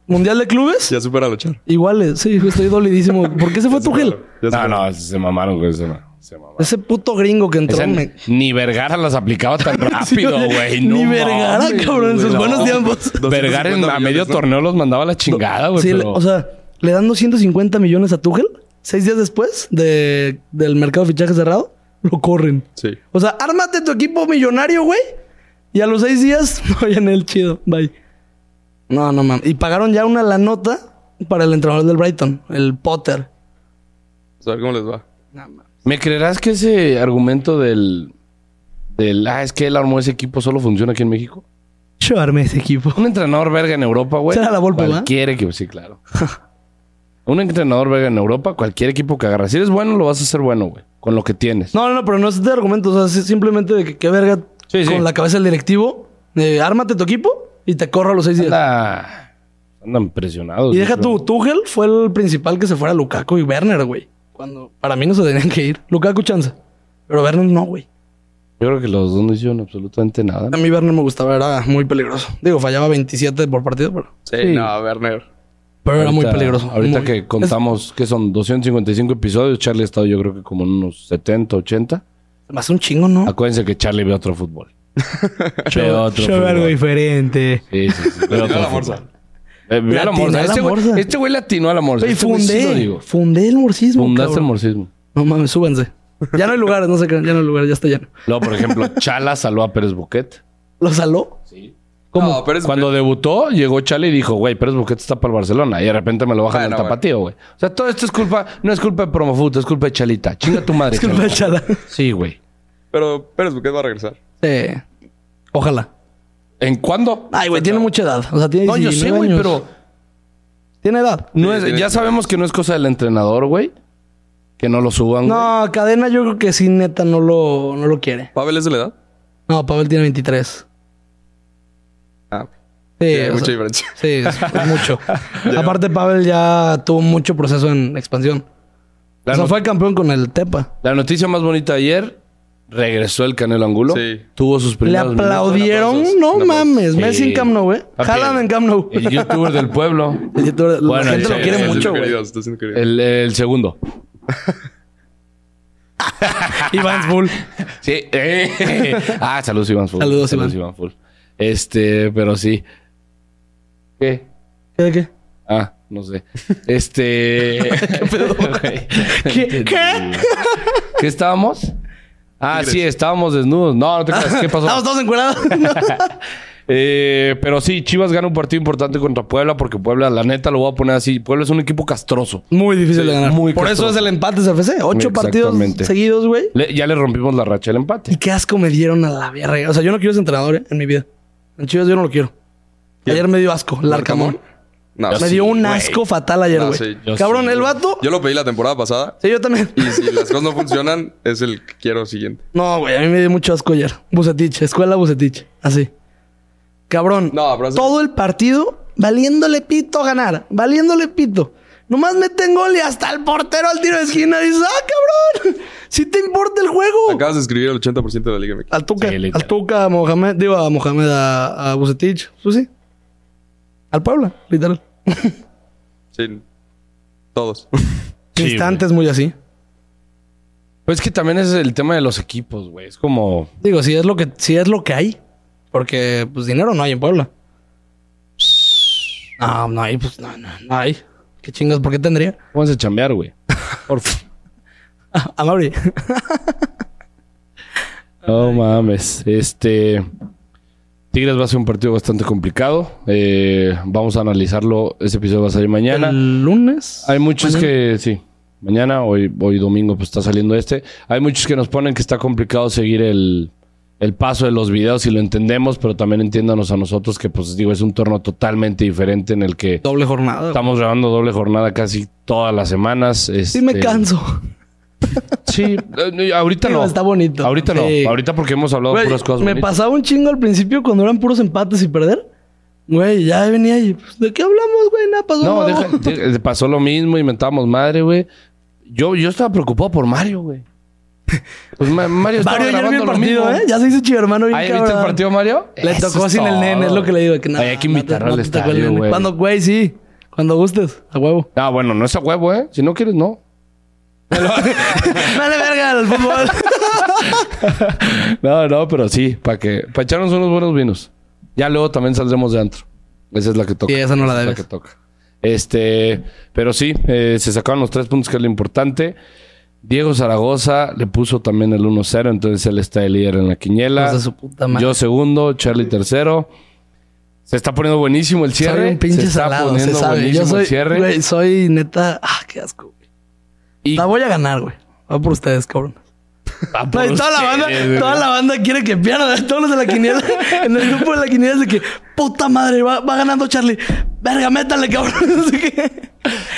Speaker 2: Mundial de Clubes,
Speaker 1: Ya supera a Luchar.
Speaker 2: iguales. Sí, estoy dolidísimo. ¿Por qué se fue Tuchel?
Speaker 1: Ya
Speaker 4: No,
Speaker 1: supera.
Speaker 4: no, se mamaron, güey. Se, ma- se mamaron.
Speaker 2: Ese puto gringo que entró.
Speaker 4: Esa
Speaker 2: me-
Speaker 4: ni- (laughs) ni Vergara las
Speaker 2: (laughs)
Speaker 4: aplicaba tan rápido,
Speaker 2: oye,
Speaker 4: güey.
Speaker 2: ni
Speaker 4: no
Speaker 2: Vergara,
Speaker 4: mames,
Speaker 2: cabrón, en
Speaker 4: güey,
Speaker 2: sus
Speaker 4: no.
Speaker 2: buenos tiempos.
Speaker 4: Vergara en-
Speaker 1: 250
Speaker 4: a
Speaker 1: millones,
Speaker 4: medio
Speaker 1: ¿no?
Speaker 4: torneo los mandaba a la chingada, güey.
Speaker 2: Sí,
Speaker 4: pero-
Speaker 2: le- o sea, le dan 250 millones a Tuchel, seis días después de, del mercado de fichaje cerrado, lo corren.
Speaker 1: Sí.
Speaker 2: O sea, ármate tu equipo millonario, güey. Y a los seis días, (laughs) no en el chido. Bye. No, no mames. Y pagaron ya una la nota para el entrenador del Brighton, el Potter.
Speaker 1: Vamos A ver cómo les va.
Speaker 4: ¿Me creerás que ese argumento del. del. Ah, es que él armó ese equipo solo funciona aquí en México?
Speaker 2: Yo armé ese equipo.
Speaker 4: Un entrenador verga en Europa, güey.
Speaker 2: Será la Volpe, ¿verdad?
Speaker 4: Cualquier equipo, sí,
Speaker 2: (laughs)
Speaker 4: claro. Un entrenador verga en Europa, cualquier equipo que agarras. Si eres bueno, lo vas a hacer bueno, güey. Con lo que tienes.
Speaker 2: No, no, no, pero no es de argumento. O sea, sí- simplemente de que, que verga
Speaker 4: Sí, sí.
Speaker 2: con la cabeza del directivo. eh, ármate tu equipo y te corro a los seis días.
Speaker 4: Anda- andan presionados.
Speaker 2: Y
Speaker 4: yo
Speaker 2: deja
Speaker 4: creo.
Speaker 2: tú, Tuchel fue el principal que se fuera Lukaku y Werner, güey. Cuando para mí no se tenían que ir. Lukaku chance. Pero Werner no, güey.
Speaker 4: Yo creo que los dos no hicieron absolutamente nada.
Speaker 2: A mí Werner me gustaba, era muy peligroso. Digo, fallaba 27 por partido, pero,
Speaker 1: Sí,
Speaker 4: Sí.
Speaker 1: no, Werner.
Speaker 2: pero era muy
Speaker 4: Ahorita-
Speaker 2: peligroso.
Speaker 4: Ahorita
Speaker 2: Muy.
Speaker 4: que contamos que son 255 episodios, Charlie ha estado yo creo que como en unos 70, 80.
Speaker 2: Es- Más un chingo, ¿no?
Speaker 4: Acuérdense que Charlie ve otro fútbol. ve otro
Speaker 2: Yo veo algo
Speaker 4: fútbol.
Speaker 2: diferente.
Speaker 4: Sí, sí, sí. Ve
Speaker 1: Yo
Speaker 4: otro
Speaker 1: la
Speaker 4: fútbol.
Speaker 1: morsa.
Speaker 4: Eh, vio a la
Speaker 2: Latinó
Speaker 4: morsa.
Speaker 2: a la
Speaker 4: Este güey,
Speaker 2: morsa.
Speaker 4: este güey latinó a la morsa.
Speaker 2: Güey,
Speaker 4: Este güey sí lo digo.
Speaker 2: fundé, fundé el morcismo.
Speaker 4: Fundaste el
Speaker 2: cabrón.
Speaker 4: morcismo.
Speaker 2: No mames, súbanse. Ya no hay lugares, no sé crean, ya no hay lugares, ya está lleno.
Speaker 4: Luego, por ejemplo,
Speaker 2: (laughs)
Speaker 4: Chala saló a Pérez Buquet.
Speaker 2: ¿Lo saló?
Speaker 4: Sí.
Speaker 1: No, pero es-
Speaker 4: Cuando debutó, llegó Chale y dijo, güey, Pérez Buquet está para el Barcelona. Y de repente me lo bajan
Speaker 1: Bueno,
Speaker 4: del tapatío, güey. O sea, todo esto es culpa, no es culpa de Promofoot, es culpa de Chalita. Chinga tu madre.
Speaker 2: Es culpa de Chala.
Speaker 4: Sí, güey.
Speaker 1: Pero Pérez Buquet va a regresar.
Speaker 2: Eh, ojalá.
Speaker 4: ¿En cuándo?
Speaker 2: Ay, güey, tiene mucha edad. O sea, tiene
Speaker 4: No, yo sé,
Speaker 2: 19
Speaker 4: güey,
Speaker 2: años.
Speaker 4: pero
Speaker 2: Tiene edad.
Speaker 4: no
Speaker 1: Sí,
Speaker 4: es-
Speaker 1: tiene-
Speaker 4: ya sabemos que no es cosa del entrenador, güey. Que no lo suban, güey.
Speaker 2: No, cadena yo creo que sí, neta, no lo, no lo quiere.
Speaker 1: ¿Pavel es de la edad?
Speaker 2: No, Pavel tiene 23.
Speaker 1: Ah,
Speaker 2: Sí,
Speaker 1: sí,
Speaker 2: o sea,
Speaker 1: mucha diferencia.
Speaker 2: sí, es, es
Speaker 4: (laughs)
Speaker 2: mucho. Aparte, Pavel ya tuvo mucho proceso en expansión.
Speaker 4: La
Speaker 2: o sea,
Speaker 4: no-
Speaker 2: fue campeón con el Tepa.
Speaker 4: La noticia más bonita de ayer, regresó el Canelo Angulo.
Speaker 1: Sí.
Speaker 4: Tuvo sus
Speaker 2: Le
Speaker 4: primeros minutos.
Speaker 2: aplaudieron.
Speaker 1: aplausos,
Speaker 2: No
Speaker 1: un aplauso.
Speaker 2: mames.
Speaker 4: Sí. Ah,
Speaker 2: Messi en Camp Nou, güey.
Speaker 4: Papi,
Speaker 2: Jalan en Camp (laughs) Nou.
Speaker 4: El youtuber del pueblo.
Speaker 2: El youtuber-
Speaker 4: Bueno,
Speaker 2: la gente
Speaker 4: sí,
Speaker 2: lo quiere
Speaker 4: sí,
Speaker 1: Está
Speaker 2: mucho,
Speaker 1: siendo
Speaker 2: güey.
Speaker 1: querido, está siendo querido.
Speaker 4: El, el segundo.
Speaker 2: Iván Bull.
Speaker 4: Sí. eh. (laughs) Ah, saludos, Iván Full.
Speaker 2: Saludos, Iván.
Speaker 4: Full. Este, pero sí. (laughs) ¿Qué?
Speaker 2: ¿Qué? de ¿Qué?
Speaker 4: Ah, no sé. Este.
Speaker 2: (laughs)
Speaker 4: Güey, no
Speaker 2: ¿Qué?
Speaker 4: entendí.
Speaker 2: ¿Qué?
Speaker 4: ¿Qué estábamos? Ah, sí, estábamos desnudos. No, no te creas. ¿Qué pasó?
Speaker 2: Estamos todos (laughs) encuerados.
Speaker 4: Eh, pero sí, Chivas gana un partido importante contra Puebla porque Puebla, la neta, lo voy a poner así. Puebla es un equipo castroso.
Speaker 2: Muy difícil de ganar.
Speaker 4: muy
Speaker 2: Por eso
Speaker 4: castroso.
Speaker 2: es el empate CFC. Ocho partidos
Speaker 4: Exactamente.
Speaker 2: seguidos, güey.
Speaker 4: Le- ya le rompimos la racha del
Speaker 2: Y
Speaker 4: empate.
Speaker 2: qué asco me dieron a la verga. O sea, yo no quiero ese entrenador ¿eh? en mi vida. En Chivas yo no lo quiero. Ayer me dio asco, el Arcamón.
Speaker 1: No,
Speaker 2: me
Speaker 1: sí.
Speaker 2: dio un asco fatal ayer,
Speaker 1: No,
Speaker 2: güey.
Speaker 1: sí,
Speaker 4: yo
Speaker 2: Cabrón,
Speaker 4: sí,
Speaker 2: el vato.
Speaker 1: Yo lo pedí la temporada pasada.
Speaker 2: Sí, yo también.
Speaker 1: Y si las cosas no funcionan, es el que quiero siguiente.
Speaker 2: (laughs) No, güey, a mí me dio mucho asco ayer. Bucetich, escuela Bucetich. Así. Cabrón,
Speaker 1: No, pero-
Speaker 2: todo el partido valiéndole pito ganar, valiéndole pito. Nomás meten gol y hasta el portero al tiro de esquina dice, ah, cabrón, (laughs) si te importa el juego.
Speaker 1: Acabas de escribir el 80% de la Liga MX.
Speaker 2: Al Tuca.
Speaker 4: Sí, literal.
Speaker 2: al Tuca, a Mohamed. Digo, a Mohamed, a, a Bucetich. Pues sí. Al Puebla, literal.
Speaker 1: Sí. Todos.
Speaker 2: Cristante es muy así.
Speaker 4: Pues es que también es el tema de los equipos, güey. Es como.
Speaker 2: Digo, si es lo que, si es lo que hay. Porque, pues, dinero no hay en Puebla. No, no hay, pues, no, no, no hay. ¿Qué chingas? ¿Por qué tendría? (laughs)
Speaker 4: Pónganse a chambear, güey. Por fa-
Speaker 2: Ah, A Mauri.
Speaker 4: No mames. Este. Tigres va a ser un partido bastante complicado. Eh, vamos a analizarlo. Ese episodio va a salir mañana.
Speaker 2: El lunes.
Speaker 4: Hay muchos
Speaker 2: mañana.
Speaker 4: que sí. Mañana, hoy, hoy domingo, pues está saliendo este. Hay muchos que nos ponen que está complicado seguir el, el paso de los videos y lo entendemos, pero también entiéndanos a nosotros que, pues digo, es un torneo totalmente diferente en el que
Speaker 2: Doble jornada. güey.
Speaker 4: estamos grabando doble jornada casi todas las semanas.
Speaker 2: Sí me
Speaker 4: este,
Speaker 2: canso.
Speaker 4: (laughs) Sí, eh, ahorita
Speaker 2: Pero
Speaker 4: no.
Speaker 2: está bonito.
Speaker 4: Ahorita no.
Speaker 2: Sí.
Speaker 4: Ahorita porque hemos hablado
Speaker 2: Güey,
Speaker 4: puras cosas
Speaker 2: me
Speaker 4: bonitas.
Speaker 2: pasaba un chingo al principio cuando eran puros empates y perder. Güey, ya venía y... pues, ¿De qué hablamos, güey? Nada pasó.
Speaker 4: No,
Speaker 2: nada.
Speaker 4: deja- de- pasó lo mismo, inventamos madre, güey. Yo, yo estaba preocupado por Mario, güey. Pues Ma- Mario estaba
Speaker 2: Mario, ayer vi
Speaker 4: grabando
Speaker 2: el
Speaker 4: lo
Speaker 2: partido,
Speaker 4: mismo.
Speaker 2: ¿eh? Ya se hizo chido, hermano. Bien
Speaker 4: ¿Ahí viste el
Speaker 2: cabrón.
Speaker 4: partido, Mario?
Speaker 2: Le
Speaker 4: Eso
Speaker 2: tocó
Speaker 4: es
Speaker 2: sin el
Speaker 4: todo.
Speaker 2: nene, es lo que le digo. Que nada,
Speaker 4: Oye, hay que
Speaker 2: no te-
Speaker 4: invitarlo
Speaker 2: no
Speaker 4: al
Speaker 2: te tocó el
Speaker 4: estadio,
Speaker 2: nene.
Speaker 4: güey.
Speaker 2: Cuando, güey, sí. Cuando gustes, a huevo.
Speaker 4: Ah, bueno, no es a huevo, ¿eh? Si no quieres, no.
Speaker 2: Dale verga al
Speaker 4: (laughs)
Speaker 2: fútbol.
Speaker 4: No, no, pero sí, para que para echarnos unos buenos vinos. Ya luego también saldremos de antro. Esa es la que toca.
Speaker 2: Y esa no la
Speaker 4: es la
Speaker 2: debes.
Speaker 4: que toca. Este, pero sí, eh, se sacaron los tres puntos que es lo importante. Diego Zaragoza le puso también el 1-0, entonces él está de líder en la quiniela.
Speaker 2: Hijos de su puta madre.
Speaker 4: Yo segundo, Charlie tercero. Se está poniendo buenísimo el cierre.
Speaker 2: Soy un pinche
Speaker 4: se está
Speaker 2: salado, se
Speaker 4: poniendo
Speaker 2: sabe.
Speaker 4: buenísimo
Speaker 2: Yo soy,
Speaker 4: el cierre.
Speaker 2: güey, soy neta... Ah, qué asco, güey.
Speaker 4: y
Speaker 2: La voy a ganar, güey. Va por ustedes, cabrón. (laughs)
Speaker 4: va por
Speaker 2: Güey, toda, la banda,
Speaker 4: ustedes, güey.
Speaker 2: toda la banda quiere que pierda. Todos los de la quiniela, (laughs) en el grupo de la quiniela, es de que puta madre, va, va ganando Charlie. Verga, métale, cabrón. (laughs) Así que-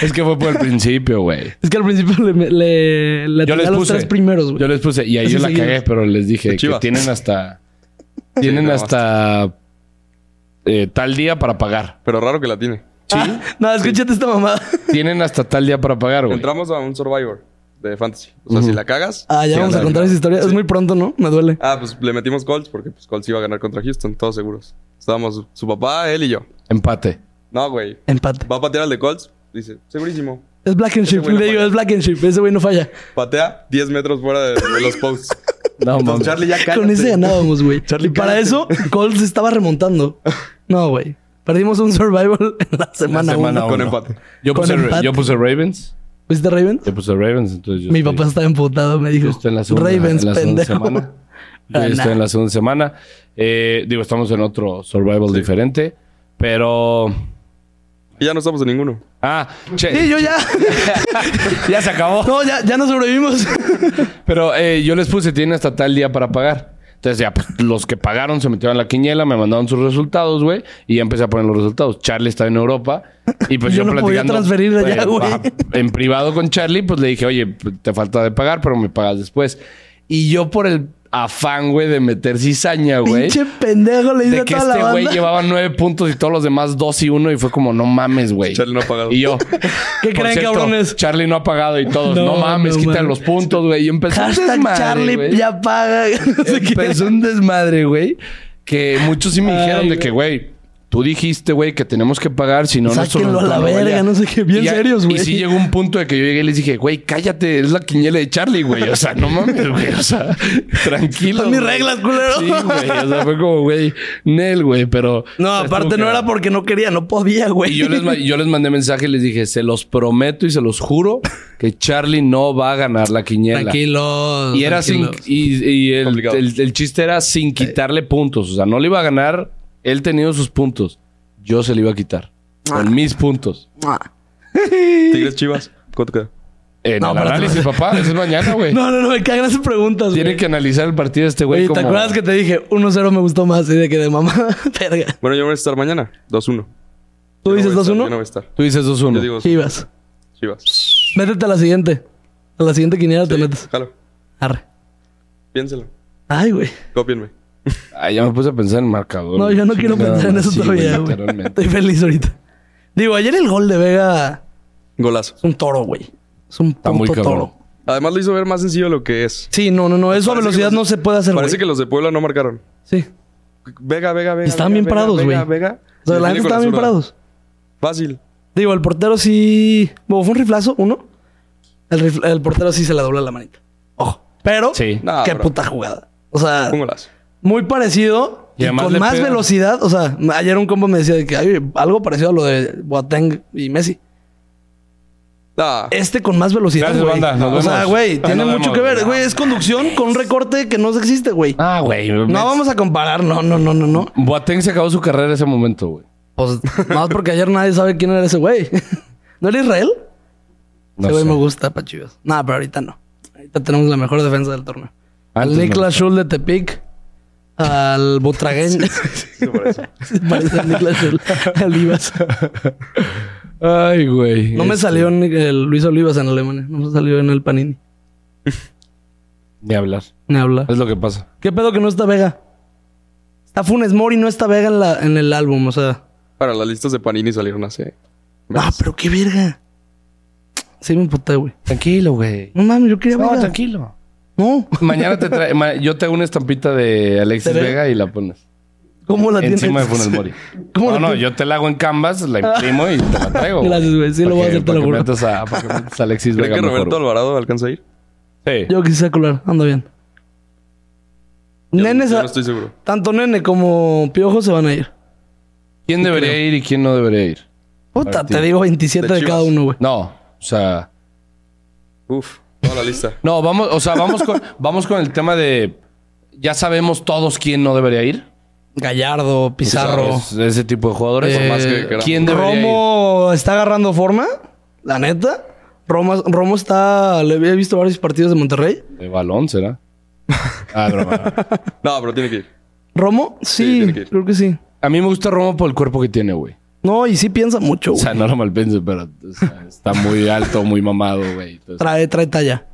Speaker 4: Es que fue por el principio, güey.
Speaker 2: Es que al principio le, le, le
Speaker 4: Yo
Speaker 2: atiné
Speaker 4: les
Speaker 2: a los
Speaker 4: puse.
Speaker 2: tres primeros,
Speaker 4: Yo
Speaker 2: güey.
Speaker 4: les puse. Y ahí
Speaker 2: Así
Speaker 4: yo la
Speaker 2: seguimos.
Speaker 4: cagué, pero les dije
Speaker 1: De
Speaker 4: que
Speaker 1: Chivas.
Speaker 4: tienen hasta. Tienen
Speaker 1: no.
Speaker 4: hasta. eh, tal día para pagar.
Speaker 1: Pero raro que la tiene.
Speaker 2: No, escúchate esta mamada.
Speaker 4: Tienen hasta tal día para pagar, güey.
Speaker 1: Entramos a un Survivor de Fantasy. O sea, si la cagas.
Speaker 2: Ah, ya
Speaker 1: sí,
Speaker 2: vamos a
Speaker 1: la-
Speaker 2: contar esa historia. Es muy pronto, ¿no? Me duele.
Speaker 1: Ah, pues le metimos Colts porque pues, Colts iba a ganar contra Houston, todos seguros. Estábamos su papá, él y yo.
Speaker 4: Empate.
Speaker 1: No, güey.
Speaker 2: Empate.
Speaker 1: Va a patear al de Colts. Dice, segurísimo.
Speaker 2: Es Black and Sheep.
Speaker 1: güey no
Speaker 2: Le digo,
Speaker 1: falla.
Speaker 2: es Black and Sheep. Ese güey no falla.
Speaker 1: Patea 10 metros fuera de, de los posts.
Speaker 4: No,
Speaker 1: Entonces,
Speaker 4: mames.
Speaker 1: Charlie ya cállate.
Speaker 2: Con ese ganábamos, güey.
Speaker 1: (laughs) Charlie,
Speaker 2: y para
Speaker 1: cállate.
Speaker 2: eso, Colt se
Speaker 1: (laughs)
Speaker 2: estaba remontando. No, güey. Perdimos un survival (laughs) en la semana.
Speaker 4: semana
Speaker 2: uno.
Speaker 1: Con
Speaker 4: uno.
Speaker 1: empate.
Speaker 4: Yo
Speaker 2: Con
Speaker 4: puse,
Speaker 2: empate.
Speaker 4: yo puse Ravens.
Speaker 2: ¿Fuiste Ravens?
Speaker 4: Yo puse Ravens, entonces yo
Speaker 2: Mi
Speaker 4: estoy-
Speaker 2: papá estaba emputado. Me dijo,
Speaker 4: Yo estoy en la segunda,
Speaker 2: Ravens,
Speaker 4: en la segunda
Speaker 2: pendejo.
Speaker 4: semana. Yo
Speaker 2: Ah,
Speaker 4: estoy
Speaker 2: nah.
Speaker 4: en la segunda semana. Eh, digo, estamos en otro survival diferente. Pero.
Speaker 1: Y ya no estamos en ninguno.
Speaker 4: Ah,
Speaker 2: (laughs)
Speaker 4: che,
Speaker 2: Sí, yo ya.
Speaker 4: (laughs)
Speaker 2: (laughs)
Speaker 4: ya se acabó.
Speaker 2: No, ya, ya no sobrevivimos.
Speaker 4: Pero eh, yo les puse, tienen hasta tal día para pagar. Entonces ya, pues, los que pagaron se metieron a la quiniela, me mandaron sus resultados, güey. Y ya empecé a poner los resultados. Charlie está en Europa. Y
Speaker 2: (laughs)
Speaker 4: pues
Speaker 2: Yo
Speaker 4: yo,
Speaker 2: no podía
Speaker 4: platicando,
Speaker 2: transferir
Speaker 4: (laughs)
Speaker 2: allá, güey.
Speaker 4: ajá, En privado con Charlie, pues le dije, oye, pues, te falta de pagar, pero me pagas después. Y yo por el afán, güey, de meter cizaña, (laughs) güey.
Speaker 2: Pinche pendejo le hice
Speaker 4: De
Speaker 2: a
Speaker 4: que
Speaker 2: toda la
Speaker 4: este güey
Speaker 2: banda.
Speaker 4: llevaba nueve puntos y todos los demás dos y uno. Y fue como, no mames, güey.
Speaker 1: Charlie no ha pagado.
Speaker 4: Y yo.
Speaker 2: (laughs) ¿Qué
Speaker 4: "Por
Speaker 2: creen,
Speaker 4: cierto,
Speaker 2: cabrones?
Speaker 4: Charlie no ha pagado y todos. No,
Speaker 2: No,
Speaker 4: mames,
Speaker 2: no
Speaker 4: quitan
Speaker 2: mames.
Speaker 4: los puntos, güey. Y empezó
Speaker 2: (laughs)
Speaker 4: un
Speaker 2: Hashtag
Speaker 4: desmadre,
Speaker 2: Charlie
Speaker 4: güey.
Speaker 2: ya paga. (laughs) No sé qué.
Speaker 4: Empezó un desmadre, güey. Que muchos sí me dijeron de que, güey, tú dijiste, güey, que tenemos que pagar, si no, no
Speaker 2: Sáquenlo a la verga, no sé qué. Bien serios, güey.
Speaker 4: Y sí llegó un punto de que yo llegué y les dije, güey, cállate, es la quiniela de Charlie, güey. O sea, no mames, güey. O sea, (laughs) tranquilo.
Speaker 2: Son mis
Speaker 4: güey.
Speaker 2: reglas, culero.
Speaker 4: Sí, güey. O sea, fue como, güey, Nel, güey, pero.
Speaker 2: (laughs) No,
Speaker 4: Estuvo
Speaker 2: aparte no
Speaker 4: cagado.
Speaker 2: era porque no quería, no podía, güey.
Speaker 4: Y yo les, ma- yo les mandé mensaje y les dije, se los prometo y se los juro que Charlie no va a ganar la
Speaker 2: (laughs)
Speaker 4: quiniela.
Speaker 2: Tranquilos.
Speaker 4: Y era sin,
Speaker 2: tranquilos.
Speaker 4: y, y el,
Speaker 1: Complicado.
Speaker 4: el- el chiste era sin quitarle puntos. O sea, no le iba a ganar. Él teniendo sus puntos. Yo se le iba a quitar. Con mis puntos.
Speaker 1: Tigres Chivas. ¿Cuánto queda?
Speaker 4: En
Speaker 2: No,
Speaker 4: el
Speaker 2: espérate.
Speaker 4: análisis, papá. Eso es mañana, güey.
Speaker 2: No, no, no, me cagan esas preguntas,
Speaker 4: Tiene
Speaker 2: güey.
Speaker 4: que analizar el partido este güey.
Speaker 2: Oye,
Speaker 4: como-
Speaker 2: ¿te acuerdas que te dije 1-0 me gustó más? Y de que de mamá, (laughs) verga.
Speaker 1: Bueno, yo voy a estar mañana. 2-1. Yo
Speaker 2: ¿Tú
Speaker 1: no
Speaker 2: dices
Speaker 1: voy a estar, Yo
Speaker 2: 2-1?
Speaker 1: no voy a estar.
Speaker 4: Tú dices 2-1.
Speaker 1: Yo digo
Speaker 2: Chivas.
Speaker 1: Chivas.
Speaker 2: Métete a la siguiente. A la siguiente quiniela te metes.
Speaker 1: Jalo.
Speaker 2: Arre.
Speaker 1: Piénselo.
Speaker 2: Ay, güey.
Speaker 1: Cópienme.
Speaker 4: Ay, ya me puse a pensar en marcador.
Speaker 2: No, yo no quiero
Speaker 4: Chingada,
Speaker 2: pensar en eso
Speaker 4: sí,
Speaker 2: todavía, güey.
Speaker 4: literalmente.
Speaker 2: Estoy feliz ahorita. Digo, ayer el gol de Vega
Speaker 1: Golazo.
Speaker 2: es un toro, güey. Es un puto
Speaker 4: muy cabrón.
Speaker 2: toro.
Speaker 1: Además lo hizo ver más sencillo lo que es.
Speaker 2: Sí, no, no, no. Eso
Speaker 1: Parece
Speaker 2: a
Speaker 1: que
Speaker 2: velocidad
Speaker 1: los-
Speaker 2: no se puede hacer, Este güey.
Speaker 1: Parece que los de Puebla no marcaron.
Speaker 2: Sí.
Speaker 1: Vega, Vega, Vega.
Speaker 2: Estaban
Speaker 1: Vega,
Speaker 2: bien
Speaker 1: Vega,
Speaker 2: parados, güey.
Speaker 1: Vega, Vega.
Speaker 2: O sea,
Speaker 1: Y viene
Speaker 2: la gente
Speaker 1: con
Speaker 2: estaba bien
Speaker 1: zurda.
Speaker 2: parados.
Speaker 1: Fácil.
Speaker 2: Digo, el portero sí. Bueno, fue un riflazo, uno. El, rif- el portero sí se le dobla la manita. Ojo. Pero,
Speaker 4: Sí.
Speaker 1: No,
Speaker 2: qué
Speaker 1: bro.
Speaker 2: puta jugada. O sea,
Speaker 1: Un golazo.
Speaker 2: muy parecido
Speaker 4: Y
Speaker 2: y,
Speaker 4: además
Speaker 2: con
Speaker 4: le
Speaker 2: más
Speaker 4: pega.
Speaker 2: velocidad. O sea, ayer un combo me decía de que hay algo parecido a lo de Boateng y Messi.
Speaker 1: Ah,
Speaker 2: Este con más velocidad.
Speaker 4: Gracias,
Speaker 2: güey.
Speaker 4: banda. Nos
Speaker 2: o sea,
Speaker 4: vemos.
Speaker 2: güey,
Speaker 4: Ah,
Speaker 2: tiene
Speaker 4: nos
Speaker 2: mucho
Speaker 4: vemos,
Speaker 2: que ver.
Speaker 4: güey.
Speaker 2: Güey, es conducción con un recorte que no existe, güey.
Speaker 4: Ah, güey.
Speaker 2: No vamos a comparar, no, no, no, no, no.
Speaker 4: Boateng se acabó su carrera en ese momento, güey.
Speaker 2: Pues (laughs) más porque ayer nadie sabe quién era ese güey. (laughs) ¿No era Israel?
Speaker 4: No
Speaker 2: ese güey
Speaker 4: sé.
Speaker 2: me gusta para Chivas. Nada, pero ahorita no. Ahorita tenemos la mejor defensa del torneo. Al
Speaker 4: Antes Ah, me
Speaker 2: Niklas Schul de Tepic, al Butragueño. (laughs)
Speaker 1: sí, por eso.
Speaker 2: Se parece al Niklas (laughs) Schul, al Ibas.
Speaker 4: Ay, güey. Eh,
Speaker 2: No me salió en el Luis Olivas en Alemania. No me salió en el Panini.
Speaker 4: Ni hablar.
Speaker 2: Ni habla.
Speaker 4: Es lo que pasa.
Speaker 2: ¿Qué pedo que no está Vega? Está Funes Mori, no está Vega en, la- en el álbum, o sea.
Speaker 1: Para las listas de Panini salieron hace.
Speaker 2: Ah,
Speaker 1: meses.
Speaker 2: pero qué verga. Sí, me emputé, güey.
Speaker 4: Tranquilo, güey.
Speaker 2: No mames, yo quería
Speaker 4: No,
Speaker 2: verga.
Speaker 4: tranquilo.
Speaker 2: No.
Speaker 4: Mañana te trae, ma- yo te hago una estampita de
Speaker 2: Te
Speaker 4: Alexis
Speaker 2: veo.
Speaker 4: Vega y la pones
Speaker 2: ¿Cómo la tienes?
Speaker 4: encima de Funes Mori.
Speaker 2: (laughs) ¿Cómo
Speaker 4: No,
Speaker 2: la
Speaker 4: no,
Speaker 2: tienes?
Speaker 4: yo te la hago en canvas, la imprimo y te la traigo.
Speaker 2: Gracias, güey. Sí, lo voy a hacer, te lo juro.
Speaker 4: Para que metas a, para que metas a Alexis
Speaker 1: ¿Creen
Speaker 4: Vega.
Speaker 1: que
Speaker 4: mejor,
Speaker 1: Roberto Alvarado alcanza a ir?
Speaker 4: güey. Sí.
Speaker 2: Yo quise colar, ando bien.
Speaker 1: Yo-
Speaker 2: Nenes,
Speaker 1: yo
Speaker 2: a-
Speaker 1: no estoy seguro.
Speaker 2: tanto nene como piojo se van a ir.
Speaker 4: ¿Quién debería ir y quién no debería ir?
Speaker 2: Puta, te
Speaker 4: tío.
Speaker 2: digo 27
Speaker 1: De
Speaker 2: de, cada
Speaker 1: Chivas.
Speaker 2: uno, güey.
Speaker 4: No, o sea.
Speaker 1: Uf, toda la lista.
Speaker 4: No, vamos, o sea, vamos con, (laughs) vamos con el tema de. Ya sabemos todos quién no debería ir.
Speaker 2: Gallardo, Pizarro.
Speaker 4: Es- ese tipo de jugadores.
Speaker 2: Eh,
Speaker 1: Por más que queramos.
Speaker 4: ¿Quién debería
Speaker 2: Romo está agarrando forma, la neta. Romo, Romo está. Le he visto varios partidos de Monterrey.
Speaker 4: ir? De balón, será. (laughs) Ah, broma.
Speaker 1: No, pero tiene que ir.
Speaker 2: ¿Romo? Sí,
Speaker 1: tiene que ir.
Speaker 2: creo que sí.
Speaker 4: A mí me gusta Romo por el cuerpo que tiene, güey.
Speaker 2: No, y sí piensa mucho,
Speaker 4: O
Speaker 2: güey.
Speaker 4: sea, no lo malpense, pero o sea, está muy alto, muy mamado, güey. Entonces,
Speaker 2: Trae,
Speaker 1: (laughs)
Speaker 2: trae talla.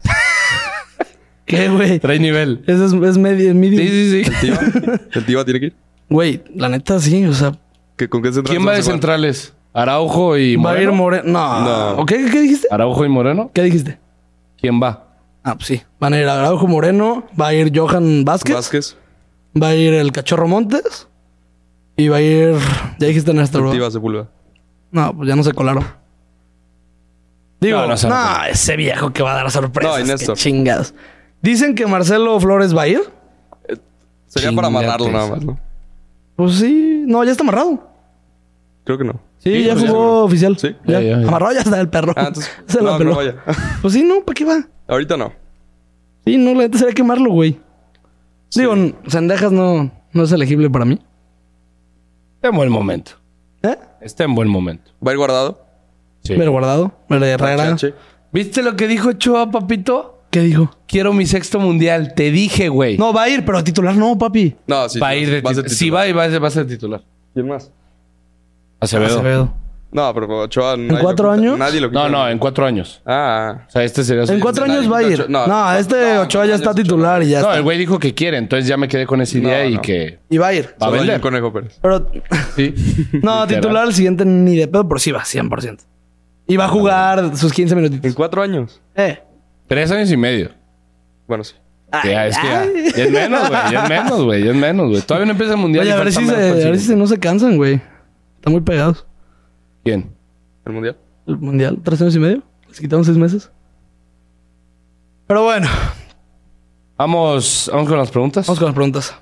Speaker 2: ¿Qué, güey?
Speaker 4: Trae nivel.
Speaker 2: Ese es, es medio. medio.
Speaker 4: Sí, sí, sí.
Speaker 1: El
Speaker 2: (laughs)
Speaker 1: Tiva, el Tiva tiene que ir.
Speaker 2: Güey, la neta sí, o sea.
Speaker 1: ¿Qué- ¿Con qué central?
Speaker 4: ¿Quién va de centrales? ¿Araujo y
Speaker 2: Va a ir
Speaker 4: Moreno?
Speaker 2: Moreno. No.
Speaker 1: No.
Speaker 2: ¿O ¿Qué, ¿Qué dijiste?
Speaker 4: ¿Araujo y Moreno?
Speaker 2: ¿Qué dijiste?
Speaker 4: ¿Quién va?
Speaker 2: Ah, pues sí. Van a ir Araujo Moreno, va a ir Johan Vázquez,
Speaker 1: Vázquez.
Speaker 2: va a ir el Cachorro Montes y va a ir. Ya dijiste Néstor,
Speaker 1: El
Speaker 2: ¿verdad?
Speaker 1: Tiva Sepúlveda.
Speaker 2: No, pues ya no se colaron. Digo,
Speaker 4: No,
Speaker 2: no,
Speaker 4: no se van a
Speaker 2: ese viejo que va a dar sorpresas.
Speaker 1: No, y
Speaker 2: qué
Speaker 1: Néstor.
Speaker 2: chingas. Dicen que Marcelo Flores va a ir.
Speaker 1: Sería para amarrarlo
Speaker 4: Chingate
Speaker 1: nada
Speaker 4: eso.
Speaker 1: más, ¿no?
Speaker 2: Pues sí, no, ya está amarrado.
Speaker 1: Creo que no.
Speaker 2: Sí,
Speaker 4: Sí,
Speaker 2: ya
Speaker 4: pues ya.
Speaker 2: jugó oficial.
Speaker 1: Sí.
Speaker 2: Ya,
Speaker 4: Ya, ya, ya.
Speaker 2: Amarrado ya está el perro.
Speaker 1: Ah, entonces.
Speaker 2: (laughs) Se
Speaker 1: no,
Speaker 2: la
Speaker 1: no
Speaker 2: peló.
Speaker 1: vaya.
Speaker 2: Pues sí, no, ¿para qué va?
Speaker 1: Ahorita no.
Speaker 2: Sí, no, la neta sería quemarlo, güey. Digo, n- Zendejas no, no es elegible para mí.
Speaker 4: Está en buen momento.
Speaker 2: ¿Eh?
Speaker 4: Está en buen momento.
Speaker 1: ¿Va a ir guardado?
Speaker 4: Sí.
Speaker 2: Ver guardado, ver Herrera.
Speaker 1: Chache.
Speaker 4: ¿Viste lo que dijo Ochoa, papito?
Speaker 2: ¿Qué dijo?
Speaker 4: Quiero mi sexto mundial. Te dije, güey.
Speaker 2: No, va a ir, pero a titular no, papi.
Speaker 1: No, sí.
Speaker 4: va a ir de
Speaker 1: ser
Speaker 4: titular. Sí,
Speaker 1: titular.
Speaker 4: va y va a ser, va a ser titular.
Speaker 1: ¿Quién más?
Speaker 4: Acevedo.
Speaker 2: Acevedo.
Speaker 1: No, pero Ochoa. ¿En
Speaker 2: cuatro años?
Speaker 1: Nadie lo
Speaker 4: No, eh.
Speaker 1: quita.
Speaker 4: no, en cuatro años.
Speaker 1: Ah,
Speaker 4: O sea, este sería su-
Speaker 2: En cuatro
Speaker 1: nadie
Speaker 2: años va a
Speaker 1: quita
Speaker 2: ir.
Speaker 1: Ochoa.
Speaker 2: No,
Speaker 1: No,
Speaker 2: este
Speaker 1: no,
Speaker 2: Ochoa ya
Speaker 1: no,
Speaker 2: está
Speaker 1: Ochoa.
Speaker 2: titular y ya
Speaker 4: No,
Speaker 2: está.
Speaker 4: el güey dijo que quiere, entonces ya me quedé con esa idea
Speaker 1: No,
Speaker 4: y
Speaker 1: no.
Speaker 4: que
Speaker 2: Y va a ir.
Speaker 4: va a
Speaker 1: solo hay
Speaker 4: vender.
Speaker 1: un Conejo Pérez.
Speaker 2: Pero
Speaker 4: Sí.
Speaker 2: no, titular el siguiente ni de pedo, pero sí va, 100%. Y va a jugar sus 15
Speaker 1: ¿En
Speaker 2: minutitos.
Speaker 1: cuatro años?
Speaker 2: Eh.
Speaker 4: Tres años y medio.
Speaker 1: Bueno, sí.
Speaker 4: Que ya, es que ya,
Speaker 2: ay.
Speaker 4: ya es menos, güey. Ya es menos, güey. Ya es menos, güey. Todavía no empieza el mundial.
Speaker 2: Oye,
Speaker 4: y
Speaker 2: a ver,
Speaker 4: falta
Speaker 2: si se, a
Speaker 4: menos para el
Speaker 2: ver si
Speaker 4: siguiente.
Speaker 2: no se cansan, güey. Están muy pegados.
Speaker 4: ¿Quién?
Speaker 1: ¿El mundial?
Speaker 2: El mundial, tres años y medio. Les quitaron seis meses. Pero bueno,
Speaker 4: Vamos, vamos con las preguntas.
Speaker 2: vamos con las preguntas.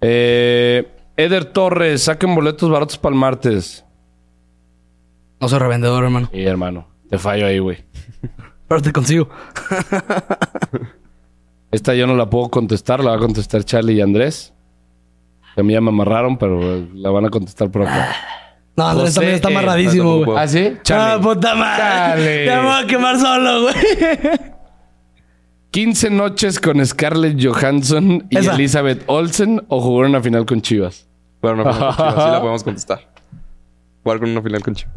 Speaker 4: Eh, Eder Torres, saquen boletos baratos para el martes.
Speaker 2: No soy revendedor, hermano.
Speaker 4: Sí, hermano. Te fallo ahí, güey.
Speaker 2: Pero te consigo.
Speaker 4: Esta yo no la puedo contestar, la va a contestar Charlie y Andrés. Que a mí ya me amarraron, pero eh, la van a contestar por acá.
Speaker 2: No, Andrés
Speaker 4: José,
Speaker 2: también está
Speaker 4: eh,
Speaker 2: amarradísimo,
Speaker 1: no,
Speaker 2: güey.
Speaker 1: tampoco
Speaker 4: ¿Ah, sí?
Speaker 2: Ah,
Speaker 4: Charlie.
Speaker 2: puta
Speaker 4: Chale.
Speaker 2: madre. Ya me voy a quemar solo, güey. (laughs)
Speaker 4: 15 noches con Scarlett Johansson y
Speaker 2: Esa.
Speaker 4: Elizabeth Olsen o jugaron una final con Chivas.
Speaker 1: Bueno, una final con
Speaker 4: (laughs)
Speaker 1: Chivas. Sí la podemos contestar. Jugar con una final con Chivas.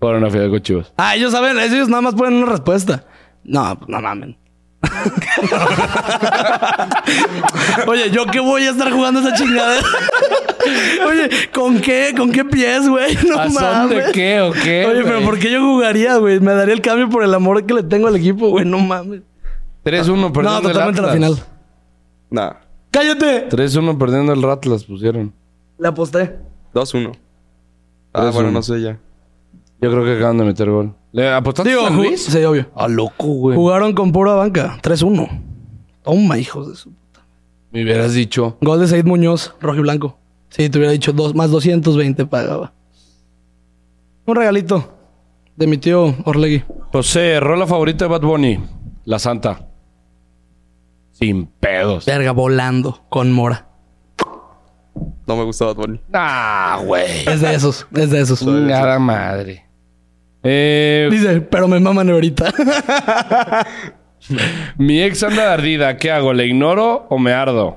Speaker 4: Jugaron una final con Chivas.
Speaker 2: Ah, ellos saben, ellos nada más ponen una respuesta. No, pues no mamen. (laughs) Oye, ¿yo qué voy a estar jugando esa chingada? (laughs) Oye, ¿con qué? ¿Con qué pies, güey? (laughs) No
Speaker 4: ¿A son
Speaker 2: mames.
Speaker 4: de qué o qué?
Speaker 2: Oye, pero
Speaker 4: güey?
Speaker 2: ¿por qué yo jugaría, güey? Me daría el cambio por el amor que le tengo al equipo, güey. No mames.
Speaker 4: 3-1 perdiendo
Speaker 2: No,
Speaker 4: el
Speaker 2: totalmente la
Speaker 4: Atlas.
Speaker 2: final.
Speaker 1: Nah.
Speaker 2: ¡Cállate!
Speaker 4: 3-1 perdiendo el Ratlas pusieron.
Speaker 2: La aposté.
Speaker 1: 2-1. Ah,
Speaker 4: 2-1.
Speaker 1: bueno, no sé ya.
Speaker 4: Yo creo que acaban de meter gol. ¿Le apostaste
Speaker 2: Digo,
Speaker 4: a San
Speaker 2: ju-
Speaker 4: Luis?
Speaker 2: sí, obvio.
Speaker 4: A loco, güey.
Speaker 2: Jugaron con pura banca. 3-1. Toma, hijos de su
Speaker 4: Me hubieras dicho.
Speaker 2: Gol de Said Muñoz, rojo y blanco. Sí, te hubiera dicho dos, más 220 pagaba. Un regalito de mi tío Orlegui.
Speaker 4: José, Pues, eh, rola favorita de Bad Bunny. La Santa. Sin pedos.
Speaker 2: Verga, volando con Mora.
Speaker 1: No me gusta Bad Bunny.
Speaker 4: Ah, güey.
Speaker 2: Es de esos, es de esos.
Speaker 4: Chingada madre. Eh,
Speaker 2: Dice, pero me maman (laughs) ahorita.
Speaker 4: mi ex anda de ardida. ¿Qué hago? ¿Le ignoro o me ardo?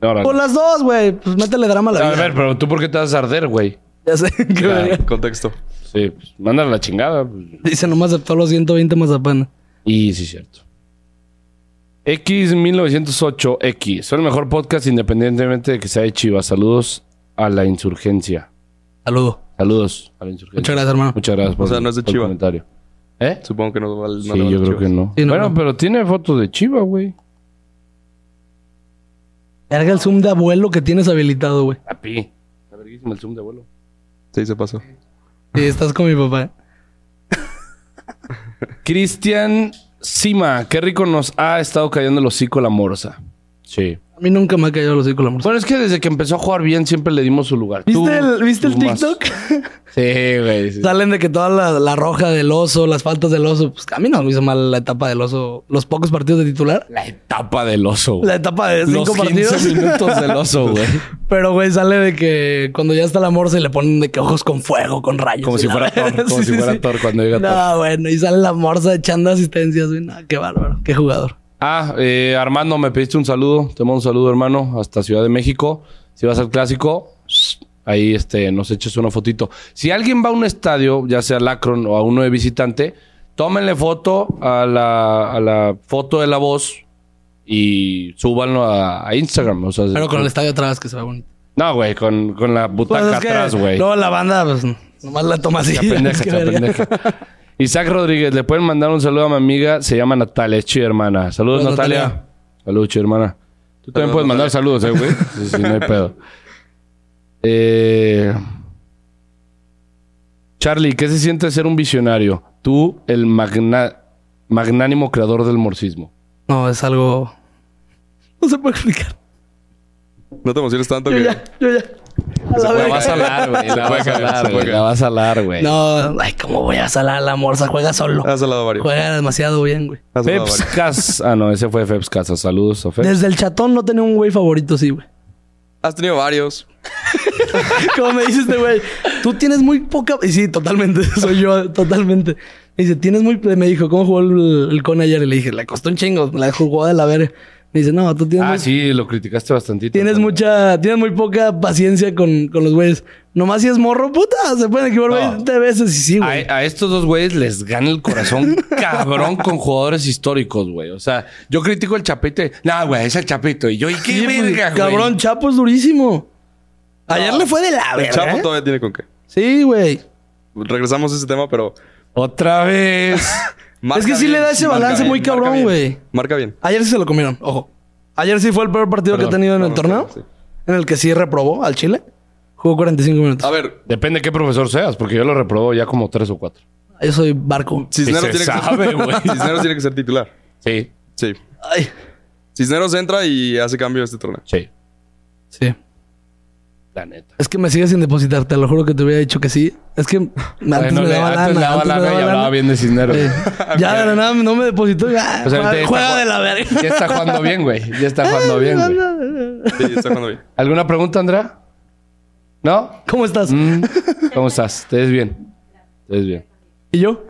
Speaker 4: Órale.
Speaker 2: Con las dos, güey. Pues métele drama a la
Speaker 4: A
Speaker 2: vida.
Speaker 4: ver, pero tú por qué te vas a arder, güey.
Speaker 2: Ya sé (laughs) qué
Speaker 4: Ah.
Speaker 2: verga.
Speaker 1: Contexto.
Speaker 4: Sí, pues, mándala a la chingada. pues.
Speaker 2: Dice, nomás aceptó los 120 más apenas.
Speaker 4: Y sí, cierto. X1908X. Soy el mejor podcast independientemente de que sea de Chivas. Saludos a la insurgencia.
Speaker 2: Saludo.
Speaker 4: Saludos a la insurgencia.
Speaker 2: Muchas gracias, hermano.
Speaker 4: Muchas gracias por,
Speaker 1: O sea, no es de
Speaker 4: por el
Speaker 1: Chiva.
Speaker 4: comentario. ¿Eh?
Speaker 1: Supongo que no, va- no
Speaker 4: Sí,
Speaker 1: le va a
Speaker 4: yo creo
Speaker 1: Chivas.
Speaker 4: que no.
Speaker 2: Sí, no,
Speaker 4: bueno,
Speaker 2: no.
Speaker 4: pero tiene fotos de Chiva, güey.
Speaker 2: Carga el Zoom de abuelo que tienes habilitado, güey.
Speaker 4: Papi. Ah, La verguísima el zoom de abuelo.
Speaker 1: Sí, se pasó.
Speaker 2: Sí, estás con mi papá. ¿eh?
Speaker 4: Cristian Sima, qué rico nos ha estado cayendo el hocico la morsa. Sí.
Speaker 2: A mí nunca me ha caído los círculos amor.
Speaker 4: Bueno, es que desde que empezó a jugar bien siempre le dimos su lugar. Tú-
Speaker 2: ¿Viste el, ¿viste el
Speaker 4: tú más.
Speaker 2: TikTok?
Speaker 4: Sí, güey. sí.
Speaker 2: Salen de que toda la, la roja del oso, las faltas del oso. Pues a mí no me hizo mal la etapa del oso. Los pocos partidos de titular.
Speaker 4: La etapa del oso. güey.
Speaker 2: La etapa de
Speaker 4: Los
Speaker 2: cinco
Speaker 4: 15
Speaker 2: partidos. (laughs)
Speaker 4: minutos del oso, güey.
Speaker 2: Pero, güey, sale de que cuando ya está la morsa y le ponen de que ojos con fuego, con rayos.
Speaker 4: Como
Speaker 2: y
Speaker 4: si
Speaker 2: la
Speaker 4: fuera
Speaker 2: verga. (laughs)
Speaker 4: Thor, como si fuera Thor cuando llega
Speaker 2: No, bueno, y sale la morsa echando asistencias, güey. No, qué bárbaro, qué jugador.
Speaker 4: Ah, eh, Armando, me pediste un saludo. Te mando un saludo, hermano, hasta Ciudad de México. Si vas al clásico, ahí este, nos eches una fotito. Si alguien va a un estadio, ya sea al Akron o a uno de visitante, tómenle foto a la, a la foto de la voz y súbanlo a, a Instagram. O sea,
Speaker 2: Pero con el estadio atrás que se ve bonito.
Speaker 4: No, güey, con, con la
Speaker 2: Pues
Speaker 4: butaca
Speaker 2: es que
Speaker 4: atrás, güey.
Speaker 2: luego la banda, pues, nomás la toma así.
Speaker 4: Está pendeja,
Speaker 2: (laughs) Qué
Speaker 4: está
Speaker 2: verga.
Speaker 4: pendeja. (laughs) Isaac Rodríguez, le pueden mandar un saludo a mi amiga, se llama Natalia, es chida hermana. Saludos,
Speaker 2: Saludos,
Speaker 4: Natalia.
Speaker 2: Natalia.
Speaker 4: Saludos, chida hermana. Tú
Speaker 1: Saludos,
Speaker 4: también puedes mandar
Speaker 1: Natalia.
Speaker 4: saludos, eh, güey. Sí, sí, no hay pedo. Eh, Charlie, ¿qué se siente ser un visionario? Tú, el magna- magnánimo creador del morcismo.
Speaker 2: No, es algo. No se puede explicar.
Speaker 1: No te emociones tanto
Speaker 2: Yo
Speaker 1: que...
Speaker 2: ya, yo ya. A la
Speaker 4: La
Speaker 2: verga.
Speaker 4: vas a hablar, güey. La vas a hablar, güey. La vas a hablar, güey.
Speaker 2: No, ay, ¿cómo voy a salar a la morsa? Juega solo.
Speaker 1: Has hablado varios.
Speaker 2: Juega demasiado bien, güey.
Speaker 1: Has hablado
Speaker 4: Peps
Speaker 1: varios.
Speaker 4: Cas- Ah, no, ese fue Peps Casas. Saludos a Peps.
Speaker 2: Desde el chatón no tenía un güey favorito, sí, (laughs) güey.
Speaker 1: Has tenido varios.
Speaker 2: Como me dice este güey, tú tienes muy poca. Y sí, totalmente, (laughs) soy yo, totalmente. Me dice, tienes muy. Me dijo, ¿cómo jugó el, el con ayer? Y le dije, le costó un chingo, la jugó de la verga. Me dice, no, tú tienes.
Speaker 4: Ah,
Speaker 2: muy-
Speaker 4: sí, lo criticaste bastantito.
Speaker 2: Tienes
Speaker 4: Pero-
Speaker 2: mucha, tienes muy poca paciencia con, con los güeyes. Nomás si es morro, puta, se pueden equivocar
Speaker 4: No.
Speaker 2: 20 veces y sí,
Speaker 4: A, e,
Speaker 2: güey.
Speaker 4: a estos dos güeyes les gana
Speaker 2: (laughs)
Speaker 4: el corazón cabrón con jugadores históricos, güey. O sea, yo critico el chapito. y, Nah, güey, es el chapito. Y yo, ¿y qué
Speaker 2: Sí, pues,
Speaker 4: verga, güey?
Speaker 2: Cabrón, Chapo es durísimo. Ayer le fue de la
Speaker 1: El
Speaker 2: verga.
Speaker 1: Chapo
Speaker 2: ¿eh?
Speaker 1: todavía tiene con qué.
Speaker 2: Sí, güey.
Speaker 1: Regresamos a ese tema, pero...
Speaker 4: Otra vez.
Speaker 2: Es que sí
Speaker 1: bien,
Speaker 2: le da ese
Speaker 1: marca
Speaker 2: balance
Speaker 1: bien,
Speaker 2: muy
Speaker 1: marca
Speaker 2: cabrón,
Speaker 1: bien.
Speaker 2: güey.
Speaker 1: Marca bien.
Speaker 2: Ayer sí se lo comieron, ojo. Ayer sí fue el peor partido
Speaker 4: Perdón,
Speaker 2: que ha tenido en el
Speaker 1: no,
Speaker 2: torneo.
Speaker 1: sí, sí.
Speaker 2: En el que sí reprobó al Chile. Jugó 45 minutos.
Speaker 1: A ver,
Speaker 4: (laughs) Depende qué profesor seas, porque yo lo reprobo ya como tres o cuatro.
Speaker 2: Yo soy barco.
Speaker 1: Cisneros
Speaker 4: se
Speaker 1: tiene que ser-
Speaker 4: sabe, güey.
Speaker 1: (laughs) Cisneros tiene que ser titular.
Speaker 4: Sí,
Speaker 1: Sí.
Speaker 2: Ay.
Speaker 1: Cisneros entra y hace cambio este torneo.
Speaker 4: sí,
Speaker 2: Sí.
Speaker 4: la neta.
Speaker 2: Es que me sigue sin depositar, te lo juro que te hubiera dicho que sí. Es que antes
Speaker 4: Bueno,
Speaker 2: me
Speaker 4: le-
Speaker 2: daba
Speaker 4: antes le
Speaker 2: lana.
Speaker 4: daba
Speaker 2: Antes me
Speaker 4: lana
Speaker 2: daba
Speaker 4: y hablaba
Speaker 2: lana.
Speaker 4: bien de Cisneros.
Speaker 2: Sí.
Speaker 4: (laughs)
Speaker 2: Ya de la nada no me depositó. Ah,
Speaker 4: O sea,
Speaker 2: juega
Speaker 4: ahorita ya está
Speaker 2: juega
Speaker 4: jug-
Speaker 2: de la verga.
Speaker 4: Ya está jugando bien, güey. Ya está jugando bien, güey.
Speaker 1: Sí, está jugando bien.
Speaker 4: ¿Alguna pregunta, Andrea?
Speaker 2: (laughs)
Speaker 4: ¿No?
Speaker 2: (laughs) ¿Cómo estás?
Speaker 4: Mm, ¿Cómo estás? ¿Te ves bien? ¿Te ves bien?
Speaker 2: ¿Y yo?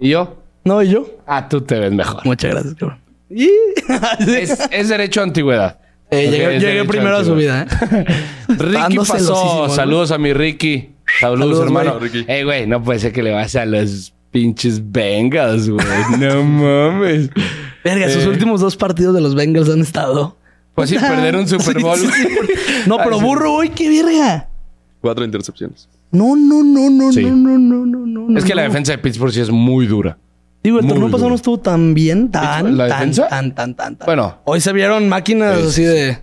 Speaker 4: ¿Y yo?
Speaker 2: ¿No? ¿Y yo?
Speaker 4: Ah, tú te ves mejor.
Speaker 2: Muchas gracias, cabrón.
Speaker 4: (laughs)
Speaker 2: Y...
Speaker 4: Es, eh, es derecho a antigüedad.
Speaker 2: Eh,
Speaker 4: Ok,
Speaker 2: llegué
Speaker 4: es
Speaker 2: llegué
Speaker 4: derecho
Speaker 2: primero a su vida, ¿eh?
Speaker 4: (laughs) Ricky
Speaker 2: Ando celosísimo,
Speaker 4: pasó.
Speaker 2: güey.
Speaker 4: Saludos a mi Ricky. Saludos,
Speaker 2: Saludos,
Speaker 4: hermano.
Speaker 1: güey. Ricky.
Speaker 4: Ey, güey, no puede ser que le vas a los pinches Bengals, güey.
Speaker 2: (laughs)
Speaker 4: No mames.
Speaker 2: Verga, sus
Speaker 4: Eh.
Speaker 2: últimos dos partidos de los Bengals han estado.
Speaker 4: Pues sí, perdieron un Super Bowl.
Speaker 2: Sí, sí, sí. No, pero
Speaker 4: Ay, sí.
Speaker 2: burro, güey, qué verga.
Speaker 1: Cuatro intercepciones.
Speaker 2: No, no, no, no,
Speaker 4: Sí.
Speaker 2: no, no, no, no, no.
Speaker 4: Es que la
Speaker 2: no.
Speaker 4: defensa de Pittsburgh sí es muy dura.
Speaker 2: Digo, el
Speaker 4: Muy
Speaker 2: torneo pasado
Speaker 4: duro.
Speaker 2: no estuvo tan bien, tan,
Speaker 4: ¿La
Speaker 2: tan,
Speaker 4: defensa?
Speaker 2: tan, tan, tan, tan.
Speaker 4: Bueno.
Speaker 2: Hoy se vieron máquinas
Speaker 4: Sí,
Speaker 2: así de...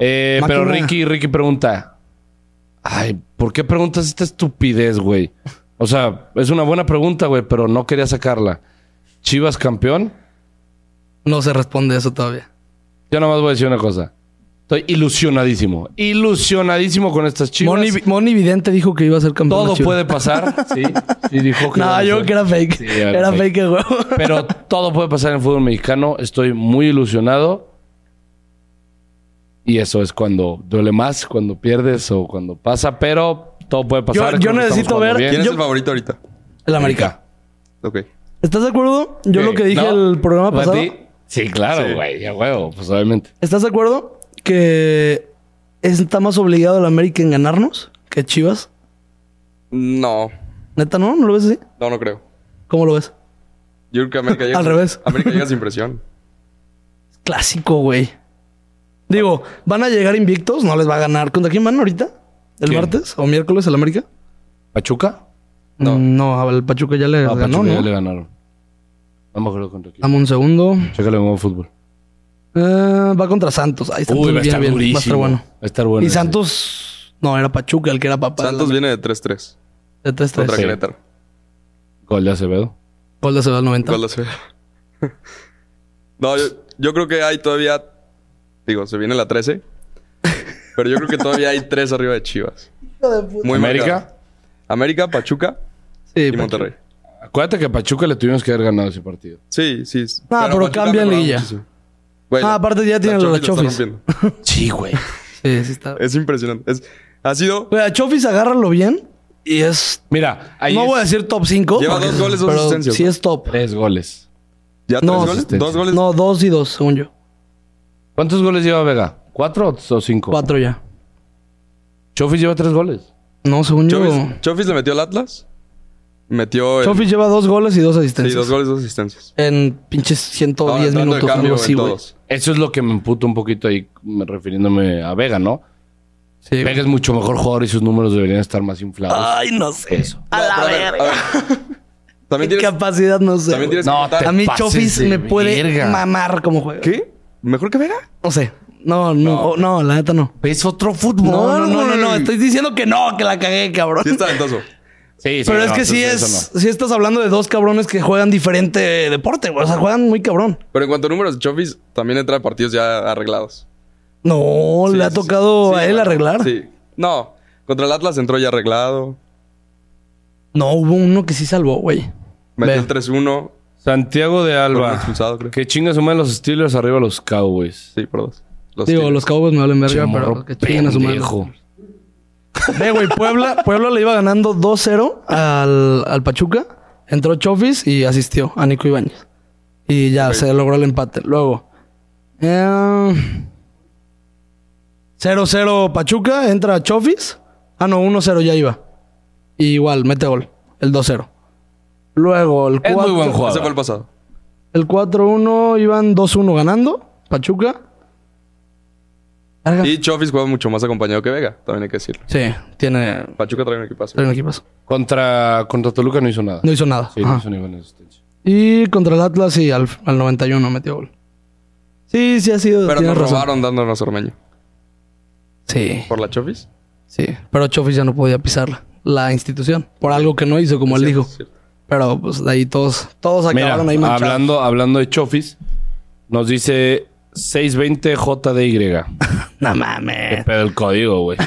Speaker 4: Eh,
Speaker 2: Máquina.
Speaker 4: pero Ricky, Ricky pregunta. Ay, ¿por qué preguntas esta estupidez, güey? O sea, es una buena pregunta, güey, pero no quería sacarla. Chivas campeón.
Speaker 2: No se responde eso todavía.
Speaker 4: Yo nada más voy a decir una cosa. Estoy ilusionadísimo. Ilusionadísimo con estas chivas.
Speaker 2: Moni, Moni Vidente dijo que iba a ser campeón.
Speaker 4: Todo
Speaker 2: las Chivas. (laughs)
Speaker 4: puede pasar. Sí. Sí, dijo que. iban
Speaker 2: No,
Speaker 4: a
Speaker 2: yo creo
Speaker 4: ser.
Speaker 2: que era fake.
Speaker 4: Sí,
Speaker 2: era,
Speaker 4: era fake.
Speaker 2: fake, güey.
Speaker 4: Pero todo puede pasar en el fútbol mexicano. Estoy muy ilusionado. Y eso es cuando duele más, cuando pierdes o cuando pasa. Pero todo puede
Speaker 2: Yo-
Speaker 4: pasar.
Speaker 2: yo
Speaker 4: Creo que
Speaker 2: necesito
Speaker 4: estamos jugando
Speaker 2: ver-
Speaker 4: bien.
Speaker 1: ¿Quién
Speaker 2: Yo-
Speaker 1: es el favorito ahorita?
Speaker 2: (laughs) El América.
Speaker 1: Ok.
Speaker 2: ¿Estás de acuerdo? Yo lo
Speaker 4: Ok,
Speaker 2: que dije
Speaker 4: ¿no?
Speaker 2: el programa
Speaker 4: ¿Para
Speaker 2: pasado.
Speaker 4: ti? Sí, claro,
Speaker 1: Sí.
Speaker 4: güey. Ya huevo, pues obviamente.
Speaker 2: ¿Estás de acuerdo que está más obligado el América en ganarnos que Chivas?
Speaker 1: No.
Speaker 2: Neta, ¿no? ¿No lo ves así?
Speaker 1: No, no creo.
Speaker 2: ¿Cómo lo ves?
Speaker 1: Yo creo que América llega.
Speaker 2: (laughs) Al revés.
Speaker 1: América llega sin presión.
Speaker 2: Clásico, güey. Digo, van a llegar invictos, no les va a ganar. ¿Contra quién van ahorita? ¿El
Speaker 4: ¿Quién?
Speaker 2: martes o miércoles el América?
Speaker 4: ¿Pachuca?
Speaker 1: No.
Speaker 2: Mm, No, al Pachuca ya le
Speaker 4: Ah,
Speaker 2: ganó,
Speaker 4: Pachuca ya
Speaker 2: ¿no?
Speaker 4: le ganaron. No me acuerdo contra quién.
Speaker 2: Dame un segundo.
Speaker 4: Chécale en fútbol.
Speaker 2: Eh, va contra Santos. Ahí está
Speaker 4: Uy,
Speaker 2: todo
Speaker 4: va a
Speaker 2: bien,
Speaker 4: estar
Speaker 2: bien.
Speaker 4: durísimo.
Speaker 2: Va a estar bueno.
Speaker 4: Va a estar bueno.
Speaker 2: y
Speaker 4: ese.
Speaker 2: Santos... No, era Pachuca el que era papá.
Speaker 1: Santos viene de 3-3
Speaker 2: De 3-3.
Speaker 1: contra
Speaker 4: Sí.
Speaker 1: Querétaro.
Speaker 4: Gol de Acevedo.
Speaker 2: Gol de Ceballos al 90.
Speaker 1: Gol de Acevedo. (laughs) No, yo, yo creo que hay todavía. Digo, se viene la 13. Pero yo creo que todavía hay tres arriba de
Speaker 2: (laughs)
Speaker 1: Chivas. Muy marcado.
Speaker 4: América.
Speaker 1: América, Pachuca
Speaker 2: Sí,
Speaker 1: y
Speaker 2: Pachuca.
Speaker 1: Monterrey.
Speaker 4: Acuérdate que a Pachuca le tuvimos que haber ganado ese partido.
Speaker 1: Sí, sí.
Speaker 2: Ah, pero
Speaker 1: Pachuca
Speaker 2: cambia
Speaker 1: ha mejorado
Speaker 2: liguilla.
Speaker 1: muchísimo. Güey,
Speaker 2: Ah,
Speaker 1: la-
Speaker 2: aparte ya tienen los
Speaker 1: la Chofis la
Speaker 2: Chofis.
Speaker 1: está rompiendo. (laughs)
Speaker 4: Sí, güey.
Speaker 2: Sí, sí está.
Speaker 1: Es impresionante. Es- ha sido.
Speaker 2: Güey, a Chofis agárralo bien y es...
Speaker 4: Mira, ahí
Speaker 2: no
Speaker 4: es
Speaker 2: voy a decir top 5.
Speaker 1: Lleva dos goles, dos asistencias,
Speaker 2: Sí
Speaker 1: ¿no?
Speaker 2: es top.
Speaker 4: tres goles.
Speaker 1: ¿Ya tres
Speaker 2: No,
Speaker 1: goles?
Speaker 4: asistencia.
Speaker 1: ¿Dos goles?
Speaker 2: No, dos y dos, según yo.
Speaker 4: ¿Cuántos goles lleva Vega? ¿Cuatro o cinco?
Speaker 2: Cuatro ya.
Speaker 4: Chofis lleva tres goles.
Speaker 2: No, según yo...
Speaker 1: Chofis, Chofis le metió al Atlas. Metió. el-
Speaker 2: Chofis lleva dos goles y dos asistencias.
Speaker 1: sí, dos goles, dos asistencias.
Speaker 2: En pinches 110
Speaker 1: Ahora, entrando de
Speaker 2: minutos.
Speaker 1: cambio
Speaker 2: algo
Speaker 1: en
Speaker 2: así, güey.
Speaker 1: todos.
Speaker 4: Eso es lo que me emputa un poquito ahí, me- refiriéndome a Vega, ¿no?
Speaker 2: Sí, Ah,
Speaker 4: Vega
Speaker 2: güey.
Speaker 4: es mucho mejor jugador y sus números deberían estar más inflados.
Speaker 2: Ay, no sé.
Speaker 4: Eso.
Speaker 2: A
Speaker 1: No,
Speaker 2: la
Speaker 1: pero a ver,
Speaker 2: verga.
Speaker 1: a ver. (laughs) También
Speaker 2: ¿Qué
Speaker 1: tienes.
Speaker 2: capacidad no sé.
Speaker 1: También
Speaker 2: güey.
Speaker 1: tienes que
Speaker 4: No,
Speaker 1: contar-
Speaker 4: te-
Speaker 2: A mí
Speaker 4: pases
Speaker 2: Chofis
Speaker 4: de
Speaker 2: me puede
Speaker 4: verga.
Speaker 2: mamar como juega.
Speaker 1: ¿Qué? ¿Mejor que Vega?
Speaker 2: No sé. No, no, no, la neta no.
Speaker 4: Es otro fútbol.
Speaker 2: No, no, no, no, no,
Speaker 4: güey.
Speaker 2: Estoy diciendo que no, que la cagué, cabrón.
Speaker 1: Sí, es talentoso.
Speaker 4: Sí, sí,
Speaker 2: Pero es
Speaker 4: no,
Speaker 2: que sí
Speaker 4: entonces eso
Speaker 2: es, sí estás hablando de dos cabrones que juegan diferente deporte, güey. O sea, juegan muy cabrón.
Speaker 1: Pero en cuanto a números, Chofis también entra a partidos ya arreglados.
Speaker 2: No,
Speaker 1: Sí,
Speaker 2: le ha
Speaker 1: sí,
Speaker 2: tocado
Speaker 1: sí.
Speaker 2: a
Speaker 1: Sí,
Speaker 2: él
Speaker 1: bueno,
Speaker 2: arreglar.
Speaker 1: Sí. No, contra el Atlas entró ya arreglado.
Speaker 2: No, hubo uno que sí salvó, güey.
Speaker 1: Metió
Speaker 2: Ve.
Speaker 1: el 3-1.
Speaker 4: no. Santiago de
Speaker 1: por un
Speaker 4: Alba.
Speaker 1: expulsado, creo.
Speaker 4: Que chinga su madre los Steelers arriba los Cowboys.
Speaker 1: Sí, por dos. Los
Speaker 2: Digo,
Speaker 1: Tigres.
Speaker 2: los Cowboys me valen verga, pero
Speaker 4: Morro
Speaker 2: que chinguen a su madre.
Speaker 4: pendejo.
Speaker 2: Ve, Eh, güey, Puebla, Puebla le iba ganando 2-0 al, al Pachuca. Entró Chofis y asistió a Nico Ibáñez. Y ya se logró el empate. Luego, eh, 0-0 Pachuca, entra Chofis. Ah, no, 1-0 ya iba. Y igual, mete gol. El 2-0. Luego, el
Speaker 4: Es muy
Speaker 2: 4
Speaker 4: buen
Speaker 1: Ese fue
Speaker 4: jugador.
Speaker 1: el pasado.
Speaker 2: el 4-1 iban 2-1 ganando. Pachuca. Verga.
Speaker 1: Y Chofis juega mucho más acompañado que Vega, también hay que decirlo.
Speaker 2: Sí, tiene.
Speaker 1: Pachuca trae un equipazo.
Speaker 2: trae un equipazo.
Speaker 4: Contra, contra Toluca no hizo nada.
Speaker 2: No Ah. hizo nada.
Speaker 4: Sí,
Speaker 2: Ajá.
Speaker 4: no hizo ninguna asistencia.
Speaker 2: Y contra el Atlas, sí, al, al 91 metió gol. Sí, sí ha sido.
Speaker 1: Pero nos
Speaker 2: tienes razón.
Speaker 1: robaron dándonos Ormeño.
Speaker 2: Sí,
Speaker 1: ¿Por la Chofis?
Speaker 2: sí. Pero Chofis ya no podía pisarla. La institución. Por algo que no hizo, como él dijo.
Speaker 1: Sí.
Speaker 2: Pero pues de ahí todos, todos
Speaker 4: Mira,
Speaker 2: acabaron ahí manchados.
Speaker 4: hablando, hablando de Chofis, nos dice 620 JDY.
Speaker 2: No
Speaker 4: Qué (laughs)
Speaker 2: mames.
Speaker 4: pedo el código,
Speaker 2: (laughs)
Speaker 4: güey.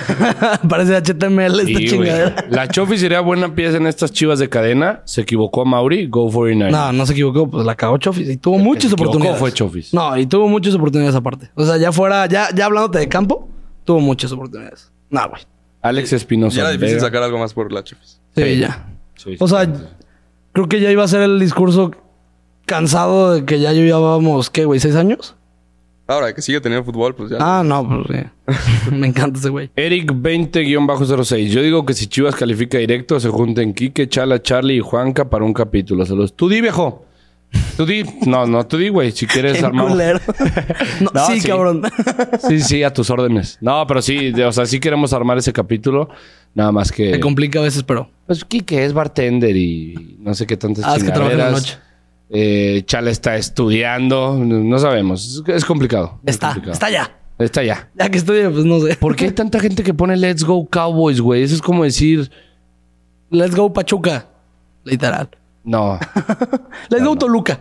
Speaker 2: Parece HTML esta
Speaker 4: Sí, güey.
Speaker 2: chingadera.
Speaker 4: La Chofis sería buena pieza en estas chivas de cadena. Se equivocó a Mauri, go 49.
Speaker 2: No, no se equivocó, pues la cagó Chofis. Y tuvo muchas
Speaker 4: se equivocó
Speaker 2: oportunidades.
Speaker 4: fue Chofis.
Speaker 2: No, y tuvo muchas oportunidades aparte. O sea, ya fuera, ya, ya hablándote de campo, tuvo muchas oportunidades. No, güey.
Speaker 4: Alex
Speaker 1: Y
Speaker 4: Espinosa.
Speaker 1: era difícil
Speaker 4: Vega.
Speaker 1: sacar algo más por la Chofis.
Speaker 2: Sí,
Speaker 4: Sí.
Speaker 2: ya.
Speaker 4: Sí, sí.
Speaker 2: O sea, creo que ya iba a ser el discurso cansado de que ya llevábamos, ¿qué, güey? ¿Seis años?
Speaker 1: Ahora que sigue teniendo fútbol, pues ya.
Speaker 2: Ah, no, pues sí. (laughs) Me encanta ese güey.
Speaker 4: Eric 20-06. Yo digo que si Chivas califica directo, se junten Quique, Chala, Charlie y Juanca para un capítulo. Saludos. Tú di, viejo. Tú di. No, no, tú di, güey. Si
Speaker 2: (laughs)
Speaker 4: quieres,
Speaker 2: Qué
Speaker 4: armamos.
Speaker 2: culero. no,
Speaker 4: No,
Speaker 2: sí,
Speaker 4: sí.
Speaker 2: cabrón.
Speaker 4: Sí, sí, a tus órdenes. No, pero sí, de- o sea, sí queremos armar ese capítulo. Nada más que.
Speaker 2: Se complica a veces, pero.
Speaker 4: Pues Quique es bartender y no sé qué tantas
Speaker 2: Ah, es que trabaja en la
Speaker 4: chingaderas.
Speaker 2: noche.
Speaker 4: Eh, Chala está estudiando. No no sabemos. Es, es complicado. Es
Speaker 2: Está,
Speaker 4: complicado.
Speaker 2: está ya.
Speaker 4: Está ya.
Speaker 2: Ya que estoy, pues no sé.
Speaker 4: ¿Por qué hay tanta gente que pone Let's Go Cowboys, güey? Eso es como decir.
Speaker 2: Let's go Pachuca. Literal.
Speaker 4: No.
Speaker 2: Let's go Toluca.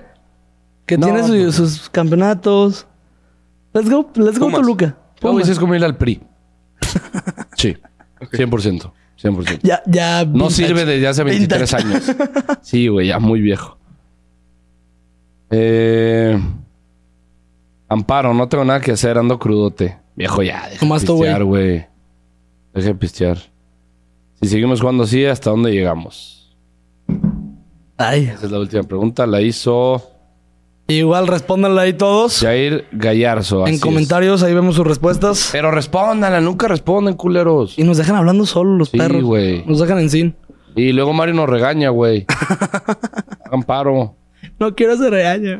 Speaker 2: Que
Speaker 4: No,
Speaker 2: tiene su-
Speaker 4: no.
Speaker 2: sus campeonatos. Let's go, let's go
Speaker 1: Pumas.
Speaker 2: Toluca.
Speaker 4: Cowboys
Speaker 2: Pumas.
Speaker 4: es como ir al
Speaker 2: (laughs)
Speaker 4: PRI. Sí. 100%. 100%.
Speaker 2: Ya, ya.
Speaker 4: No
Speaker 2: vintage.
Speaker 4: sirve desde hace 23
Speaker 2: Vintage.
Speaker 4: años.
Speaker 2: (laughs)
Speaker 4: Sí, güey, ya muy viejo. Eh, Amparo, no tengo nada que hacer, ando crudote. Viejo, ya, deja de
Speaker 2: Nomás tú,
Speaker 4: pistear, güey. Deja de pistear. Si seguimos jugando así, ¿hasta dónde llegamos?
Speaker 2: Ay.
Speaker 4: Esa es la última pregunta, la hizo
Speaker 2: Igual respóndanla ahí todos.
Speaker 4: Jair Gallarzo. así
Speaker 2: en
Speaker 4: es.
Speaker 2: comentarios, ahí vemos sus respuestas.
Speaker 4: Pero respóndanla, nunca responden, culeros.
Speaker 2: Y nos dejan hablando solo los
Speaker 4: Sí,
Speaker 2: perros.
Speaker 4: güey.
Speaker 2: Nos dejan en sin.
Speaker 4: Y luego Mario nos
Speaker 2: (laughs)
Speaker 4: regaña, güey. Amparo.
Speaker 2: No quiero ese (laughs) regaño.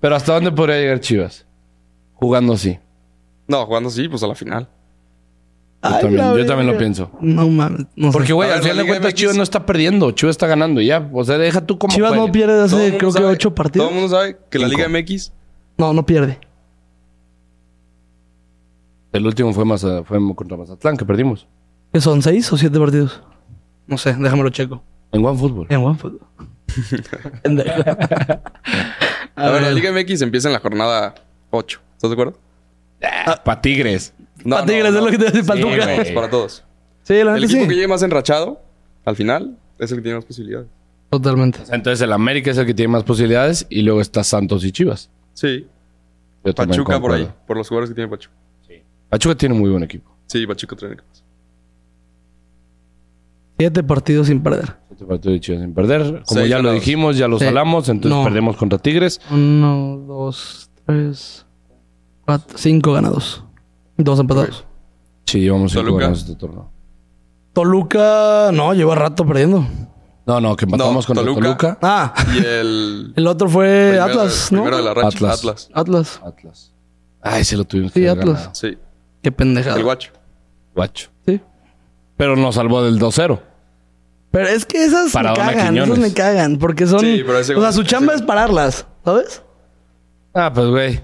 Speaker 4: Pero ¿hasta dónde podría llegar Chivas? Jugando así.
Speaker 1: No, jugando sí, pues a la final.
Speaker 2: Ay, la
Speaker 4: también, yo también lo
Speaker 2: verga.
Speaker 4: pienso.
Speaker 2: No mames. no sé.
Speaker 4: Porque, güey,
Speaker 1: A
Speaker 4: al
Speaker 1: ver,
Speaker 4: final
Speaker 1: la
Speaker 4: de
Speaker 1: Liga
Speaker 4: cuentas
Speaker 1: MX.
Speaker 4: Chivas no está perdiendo, Chivas está ganando ya. O sea, deja tú como
Speaker 2: Chivas no
Speaker 4: juegue.
Speaker 2: pierde
Speaker 1: Todo el
Speaker 2: hace
Speaker 1: mundo
Speaker 2: creo que
Speaker 1: sabe-
Speaker 2: ocho
Speaker 1: Todo el
Speaker 2: partidos.
Speaker 1: mundo sabe que la
Speaker 4: Cinco.
Speaker 1: Liga MX
Speaker 2: No, no pierde.
Speaker 4: El último fue, más, fue contra Mazatlán, que perdimos.
Speaker 2: ¿Que son seis o siete partidos? No sé, déjamelo checo.
Speaker 4: En OneFootball.
Speaker 2: En OneFootball. (laughs) Pendejo.
Speaker 1: A, ver,
Speaker 2: Ah.
Speaker 1: la Liga MX empieza en la jornada 8. ¿Estás de acuerdo?
Speaker 2: Ah.
Speaker 4: Para Tigres.
Speaker 1: No,
Speaker 2: Pa' Tigres, es lo que te iba a decir, pa'
Speaker 1: Sí,
Speaker 4: Tuca.
Speaker 1: güey, es para todos.
Speaker 2: Ah, Sí, la
Speaker 1: El
Speaker 2: neta
Speaker 1: equipo
Speaker 2: sí.
Speaker 1: que llegue más enrachado, al final, es el que tiene más posibilidades.
Speaker 2: Totalmente.
Speaker 4: Entonces el América es el que tiene más posibilidades y luego está Santos y Chivas.
Speaker 1: Sí.
Speaker 4: Yo también
Speaker 1: Pachuca por
Speaker 4: concuerdo.
Speaker 1: ahí, por los jugadores que tiene Pachuca.
Speaker 4: Pachuca tiene muy buen equipo.
Speaker 1: Sí, Pachuca tiene que pasar.
Speaker 2: Siete partidos sin perder.
Speaker 4: Este partido de Chivas sin perder. Como
Speaker 1: Seis
Speaker 4: ya lo
Speaker 1: ganados.
Speaker 4: dijimos, ya lo
Speaker 2: Sí.
Speaker 4: salamos, entonces
Speaker 2: No.
Speaker 4: perdemos contra Tigres.
Speaker 2: Uno, dos, tres, cuatro, cinco ganados. Dos empatados.
Speaker 4: Sí, llevamos cinco
Speaker 1: Toluca.
Speaker 4: ganados este torneo.
Speaker 2: Toluca, no, lleva rato perdiendo.
Speaker 4: No, no, que empatamos
Speaker 1: No,
Speaker 4: contra Toluca.
Speaker 1: Toluca.
Speaker 2: Ah,
Speaker 1: Y
Speaker 2: (laughs)
Speaker 1: el.
Speaker 2: el otro fue
Speaker 1: primero-
Speaker 2: Atlas, ¿no?
Speaker 1: Primero de la racha.
Speaker 4: Atlas.
Speaker 1: Atlas.
Speaker 2: Atlas.
Speaker 4: Atlas. Ay, se lo tuvimos
Speaker 2: Sí,
Speaker 4: que
Speaker 2: Atlas.
Speaker 4: ganar.
Speaker 1: Sí.
Speaker 2: Qué pendejada.
Speaker 1: El guacho.
Speaker 4: Guacho.
Speaker 2: Sí.
Speaker 4: Pero nos salvó del 2-0.
Speaker 2: Pero es que esas
Speaker 4: Para
Speaker 2: me
Speaker 4: Dona
Speaker 2: cagan, esas
Speaker 4: Quiñones.
Speaker 2: me cagan, porque son...
Speaker 1: Sí, pero ese
Speaker 2: o sea,
Speaker 1: gol-
Speaker 2: su chamba
Speaker 1: ese-
Speaker 2: es pararlas, ¿sabes?
Speaker 4: Ah, pues, güey.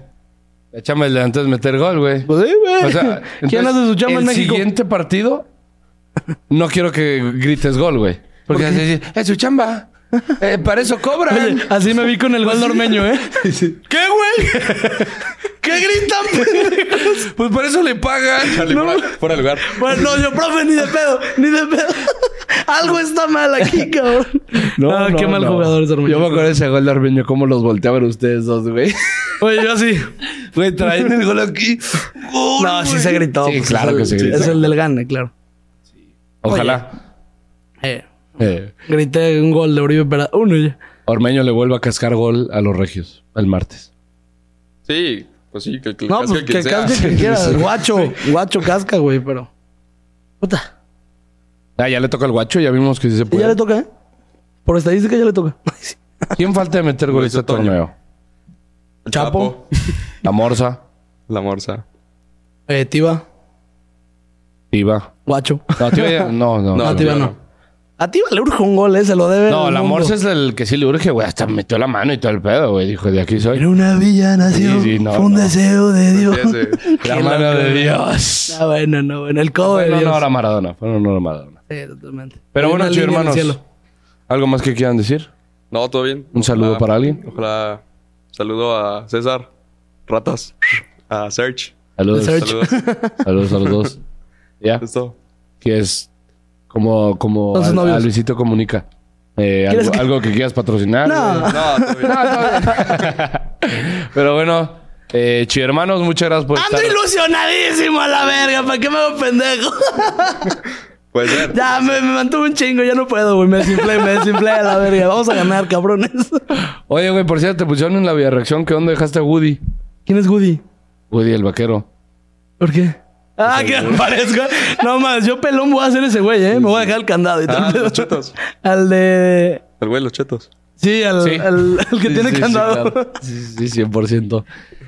Speaker 4: La chamba del delantero es meter gol, güey.
Speaker 2: Pues sí, güey.
Speaker 4: O sea,
Speaker 2: (laughs) ¿Quién
Speaker 4: entonces,
Speaker 2: hace su chamba en México?
Speaker 4: El siguiente partido, no quiero que grites gol, güey. Porque vas a decir, es
Speaker 2: (laughs)
Speaker 4: su chamba. Eh, para eso cobran.
Speaker 2: Oye, así me vi con el
Speaker 4: (laughs)
Speaker 2: gol normeño, ¿eh?
Speaker 4: ¿Qué, güey?
Speaker 2: ¿Qué gritan?
Speaker 4: Pues por eso le pagan.
Speaker 2: (laughs)
Speaker 1: Charlie, fuera, fuera de lugar.
Speaker 2: bueno, no, yo, profe, ni de pedo, ni de pedo. Algo está mal aquí, cabrón. Ah, qué mal jugador es Ormeño.
Speaker 4: Yo me acuerdo de ese gol de Armeño, cómo los volteaban ustedes dos,
Speaker 2: (laughs)
Speaker 4: güey.
Speaker 2: Oye, yo sí.
Speaker 4: Güey, traen el gol aquí. Gol,
Speaker 2: No, sí
Speaker 4: güey.
Speaker 2: se gritó.
Speaker 4: Sí,
Speaker 2: pues,
Speaker 4: claro
Speaker 2: es
Speaker 4: que
Speaker 2: el-
Speaker 4: se gritó.
Speaker 2: Es el del Gane, claro.
Speaker 4: Ojalá.
Speaker 2: Eh,
Speaker 4: Eh,
Speaker 2: grité un gol de Oribe Pera. Uno ya.
Speaker 4: Ormeño le vuelva a cascar gol a los regios el martes.
Speaker 1: Sí, pues sí, que, que
Speaker 2: No,
Speaker 1: casque
Speaker 2: pues
Speaker 1: el
Speaker 2: que
Speaker 1: quien sea.
Speaker 2: casque
Speaker 1: (laughs)
Speaker 2: quien
Speaker 4: (laughs)
Speaker 2: quiera. Guacho, guacho casca, güey, pero. Puta.
Speaker 4: Ah, ya le toca al guacho, ya vimos que sí se
Speaker 2: Y
Speaker 4: puede.
Speaker 2: ya le toca, ¿eh? Por estadística ya le toca. (laughs) Sí.
Speaker 4: ¿Quién falta de meter gol
Speaker 1: Lo
Speaker 4: este
Speaker 1: hizo Toño.
Speaker 4: torneo?
Speaker 1: El
Speaker 2: Chapo.
Speaker 4: La Morsa,
Speaker 1: La
Speaker 2: (laughs)
Speaker 1: Morsa.
Speaker 2: Eh, Tiba,
Speaker 4: Iba.
Speaker 2: guacho.
Speaker 4: No, Tiba ya- no,
Speaker 1: No,
Speaker 4: no. no.
Speaker 2: A Tiba
Speaker 1: claro.
Speaker 2: no. A Tiba le urge un gol, ¿eh? Se lo debe.
Speaker 4: No,
Speaker 2: el
Speaker 4: la
Speaker 2: mundo.
Speaker 4: Morsa es el que sí le urge, güey. Hasta metió la mano y todo el pedo, güey. Dijo, de aquí soy.
Speaker 2: En una villa nació.
Speaker 4: Sí, sí, no,
Speaker 2: fue un
Speaker 4: no. Pues
Speaker 2: deseo de Dios.
Speaker 1: Ese-
Speaker 4: La mano de Dios.
Speaker 2: Ah, bueno, no, bueno. El codo
Speaker 4: Fue
Speaker 2: de
Speaker 4: en honor
Speaker 2: Dios.
Speaker 4: a Maradona. Fue en honor a Maradona.
Speaker 2: Sí, totalmente.
Speaker 4: Pero
Speaker 2: Hay
Speaker 4: bueno,
Speaker 2: una
Speaker 4: chicos,
Speaker 2: línea en el
Speaker 4: hermanos.
Speaker 2: cielo. Ah,
Speaker 4: ¿Algo más que quieran decir?
Speaker 1: No, todo bien.
Speaker 4: Un saludo para alguien.
Speaker 2: pues,
Speaker 1: Ojalá. Saludo a César. Ratas. A Serge.
Speaker 4: Saludos.
Speaker 2: Sergio. (laughs)
Speaker 1: Saludos.
Speaker 4: Saludos a los dos. Ya.
Speaker 1: Es todo.
Speaker 4: Que es como, como
Speaker 2: Son sus
Speaker 4: al-
Speaker 2: novios.
Speaker 4: a Luisito comunica. Eh,
Speaker 2: ¿Quieres
Speaker 4: algo,
Speaker 2: que-
Speaker 4: algo que quieras patrocinar. güey.
Speaker 2: No.
Speaker 4: (laughs)
Speaker 1: No, todo bien.
Speaker 4: Pero bueno, eh, hermanos, muchas gracias por
Speaker 2: Ando
Speaker 4: estar.
Speaker 2: ilusionadísimo a la verga. ¿Para qué me hago pendejo? (laughs)
Speaker 1: Puede ser.
Speaker 2: ya, me, me mantuve un chingo. Ya no puedo, güey. Me desinflé, me desinflé a la verga. Vamos a ganar, cabrones. (laughs)
Speaker 4: Oye, güey, por cierto, te pusieron en la vía reacción. ¿Qué onda dejaste a Woody?
Speaker 2: ¿Quién es Woody?
Speaker 4: Woody, el vaquero.
Speaker 2: ¿Por qué? Ah, que me parezco. No más, yo pelón voy a hacer ese güey, ¿eh? Me voy a dejar el candado y
Speaker 1: Ah,
Speaker 2: tal.
Speaker 1: los chetos.
Speaker 2: Al de.
Speaker 1: El güey de los chetos.
Speaker 2: Sí, al,
Speaker 4: Sí.
Speaker 2: al- al que
Speaker 4: Sí,
Speaker 2: tiene
Speaker 4: sí, sí,
Speaker 2: candado.
Speaker 4: claro. Sí, sí, sí, 100%.
Speaker 2: Eh,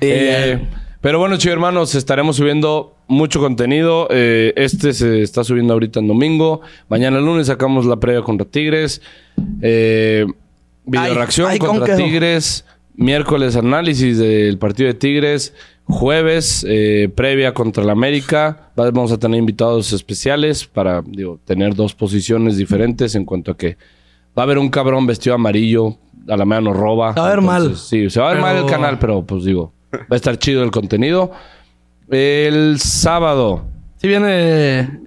Speaker 4: Eh, pero bueno, chicos, hermanos, estaremos subiendo mucho contenido. Eh, este se está subiendo ahorita en domingo. Mañana lunes sacamos la previa contra Tigres. Eh, video
Speaker 2: Ay,
Speaker 4: reacción
Speaker 2: ay, con
Speaker 4: contra
Speaker 2: queso.
Speaker 4: Tigres. Miércoles análisis del partido de Tigres. Jueves, eh, previa contra la América. Va- Vamos a tener invitados especiales para digo, tener dos posiciones diferentes en cuanto a que va a haber un cabrón vestido amarillo. A la mano roba.
Speaker 2: Se va a ver mal.
Speaker 4: Sí, se va a ver mal el
Speaker 2: Pero-
Speaker 4: canal, pero pues digo, va a estar chido el contenido. El sábado.
Speaker 2: Sí viene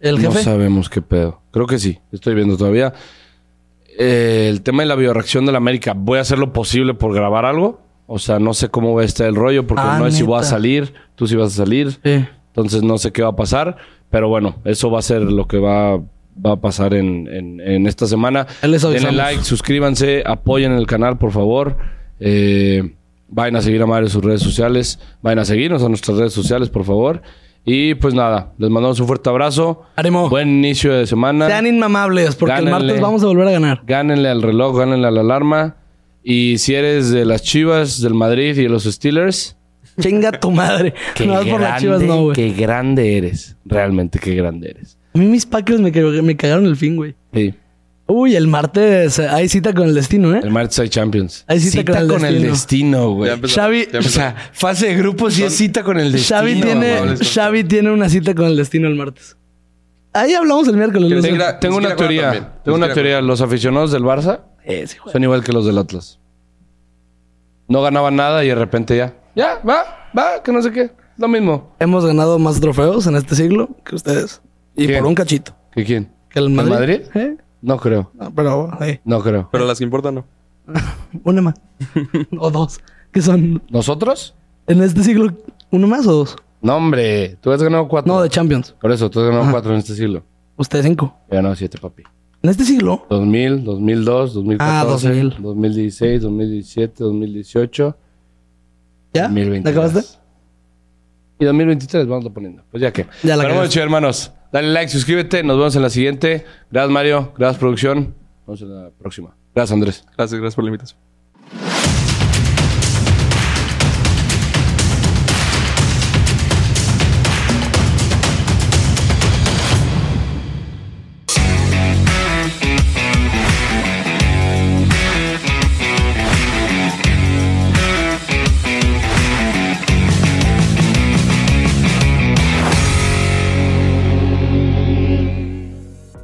Speaker 2: el
Speaker 4: No
Speaker 2: jefe.
Speaker 4: sabemos qué pedo. Creo que sí. Estoy viendo todavía. Eh, el tema de la bioreacción de la América. Voy a hacer lo posible por grabar algo. O sea, no sé cómo va a estar el rollo porque
Speaker 2: Ah,
Speaker 4: no es si voy a
Speaker 2: neta.
Speaker 4: salir, tú si vas a salir.
Speaker 2: Sí.
Speaker 4: Entonces no sé qué va a pasar. Pero bueno, eso va a ser lo que va, va a pasar en, en- en esta semana.
Speaker 2: Ahí les
Speaker 4: Denle
Speaker 2: avisamos.
Speaker 4: like, suscríbanse, apoyen el canal, por favor. Eh, vayan a seguir a Mario en sus redes sociales. Vayan a seguirnos a nuestras redes sociales, por favor. Y pues nada, les mandamos un fuerte abrazo.
Speaker 2: Ánimo.
Speaker 4: Buen inicio de semana.
Speaker 2: Sean inmamables, porque el
Speaker 4: Gánenle.
Speaker 2: martes vamos a volver a ganar.
Speaker 4: (laughs) Gánenle al reloj, gánenle a la alarma. Y si eres de las Chivas, del Madrid y de los Steelers,
Speaker 2: Chinga tu madre.
Speaker 4: (laughs) Qué,
Speaker 2: no vas
Speaker 4: grande,
Speaker 2: por las chivas, no, güey.
Speaker 4: qué grande eres. Realmente, qué grande eres.
Speaker 2: A mí mis paquios me, ca- me cagaron el fin, güey.
Speaker 4: Sí.
Speaker 2: Uy, el martes. eh, Hay cita con el destino, ¿eh?
Speaker 4: El martes hay Champions.
Speaker 2: Hay cita con el destino.
Speaker 4: güey.
Speaker 1: Ya pues, empezó,
Speaker 4: Xavi,
Speaker 1: ya
Speaker 4: o
Speaker 1: empezó.
Speaker 4: sea, fase de grupos y es cita con el destino.
Speaker 2: Xavi,
Speaker 4: güey.
Speaker 2: tiene,
Speaker 1: amables, ¿no?
Speaker 2: Xavi tiene una cita con el destino el martes. Ahí hablamos el miércoles.
Speaker 1: Que
Speaker 2: Luis.
Speaker 1: tenga- Ni
Speaker 4: Tengo una
Speaker 1: siquiera juega también.
Speaker 4: teoría.
Speaker 1: Ni
Speaker 4: Tengo una
Speaker 1: siquiera
Speaker 4: teoría. Los aficionados del Barça
Speaker 2: Eh, sí, güey.
Speaker 4: son igual que los del Atlas. No ganaban nada y de repente ya. Ya, va, va, que no sé qué. Lo mismo.
Speaker 2: Hemos ganado más trofeos en este siglo que ustedes. Y
Speaker 4: ¿Quién?
Speaker 2: por un cachito.
Speaker 4: ¿Que quién?
Speaker 2: Que el
Speaker 4: ¿El
Speaker 2: Madrid.
Speaker 4: Madrid?
Speaker 2: ¿Eh?
Speaker 4: No creo.
Speaker 2: No, pero eh,
Speaker 4: No creo.
Speaker 1: Pero las que importan, no.
Speaker 2: una más. (laughs) o dos. Que son
Speaker 4: ¿Nosotros?
Speaker 2: en este siglo, uno más o dos.
Speaker 4: No, hombre. Tú has ganado cuatro.
Speaker 2: No, de Champions.
Speaker 4: Por eso, tú has ganado
Speaker 2: Ajá.
Speaker 4: cuatro en este siglo.
Speaker 2: Ustedes cinco.
Speaker 4: Yo he ganado siete, papi.
Speaker 2: En este siglo.
Speaker 4: 2000, 2002, 2014,
Speaker 2: Ah, 2000.
Speaker 4: 2016, 2017, 2018,
Speaker 2: ¿Ya? ¿Ah? ¿La
Speaker 4: 2020.
Speaker 2: acabaste?
Speaker 4: Y 2023, vamos poniendo. Pues ya que.
Speaker 2: Ya la
Speaker 4: Pero bueno,
Speaker 2: cagaste.
Speaker 4: chido, hermanos. Dale like, suscríbete. Nos vemos en la siguiente. Gracias, Mario. Gracias, producción. Nos vemos en la próxima. Gracias, Andrés.
Speaker 1: Gracias, gracias por la invitación.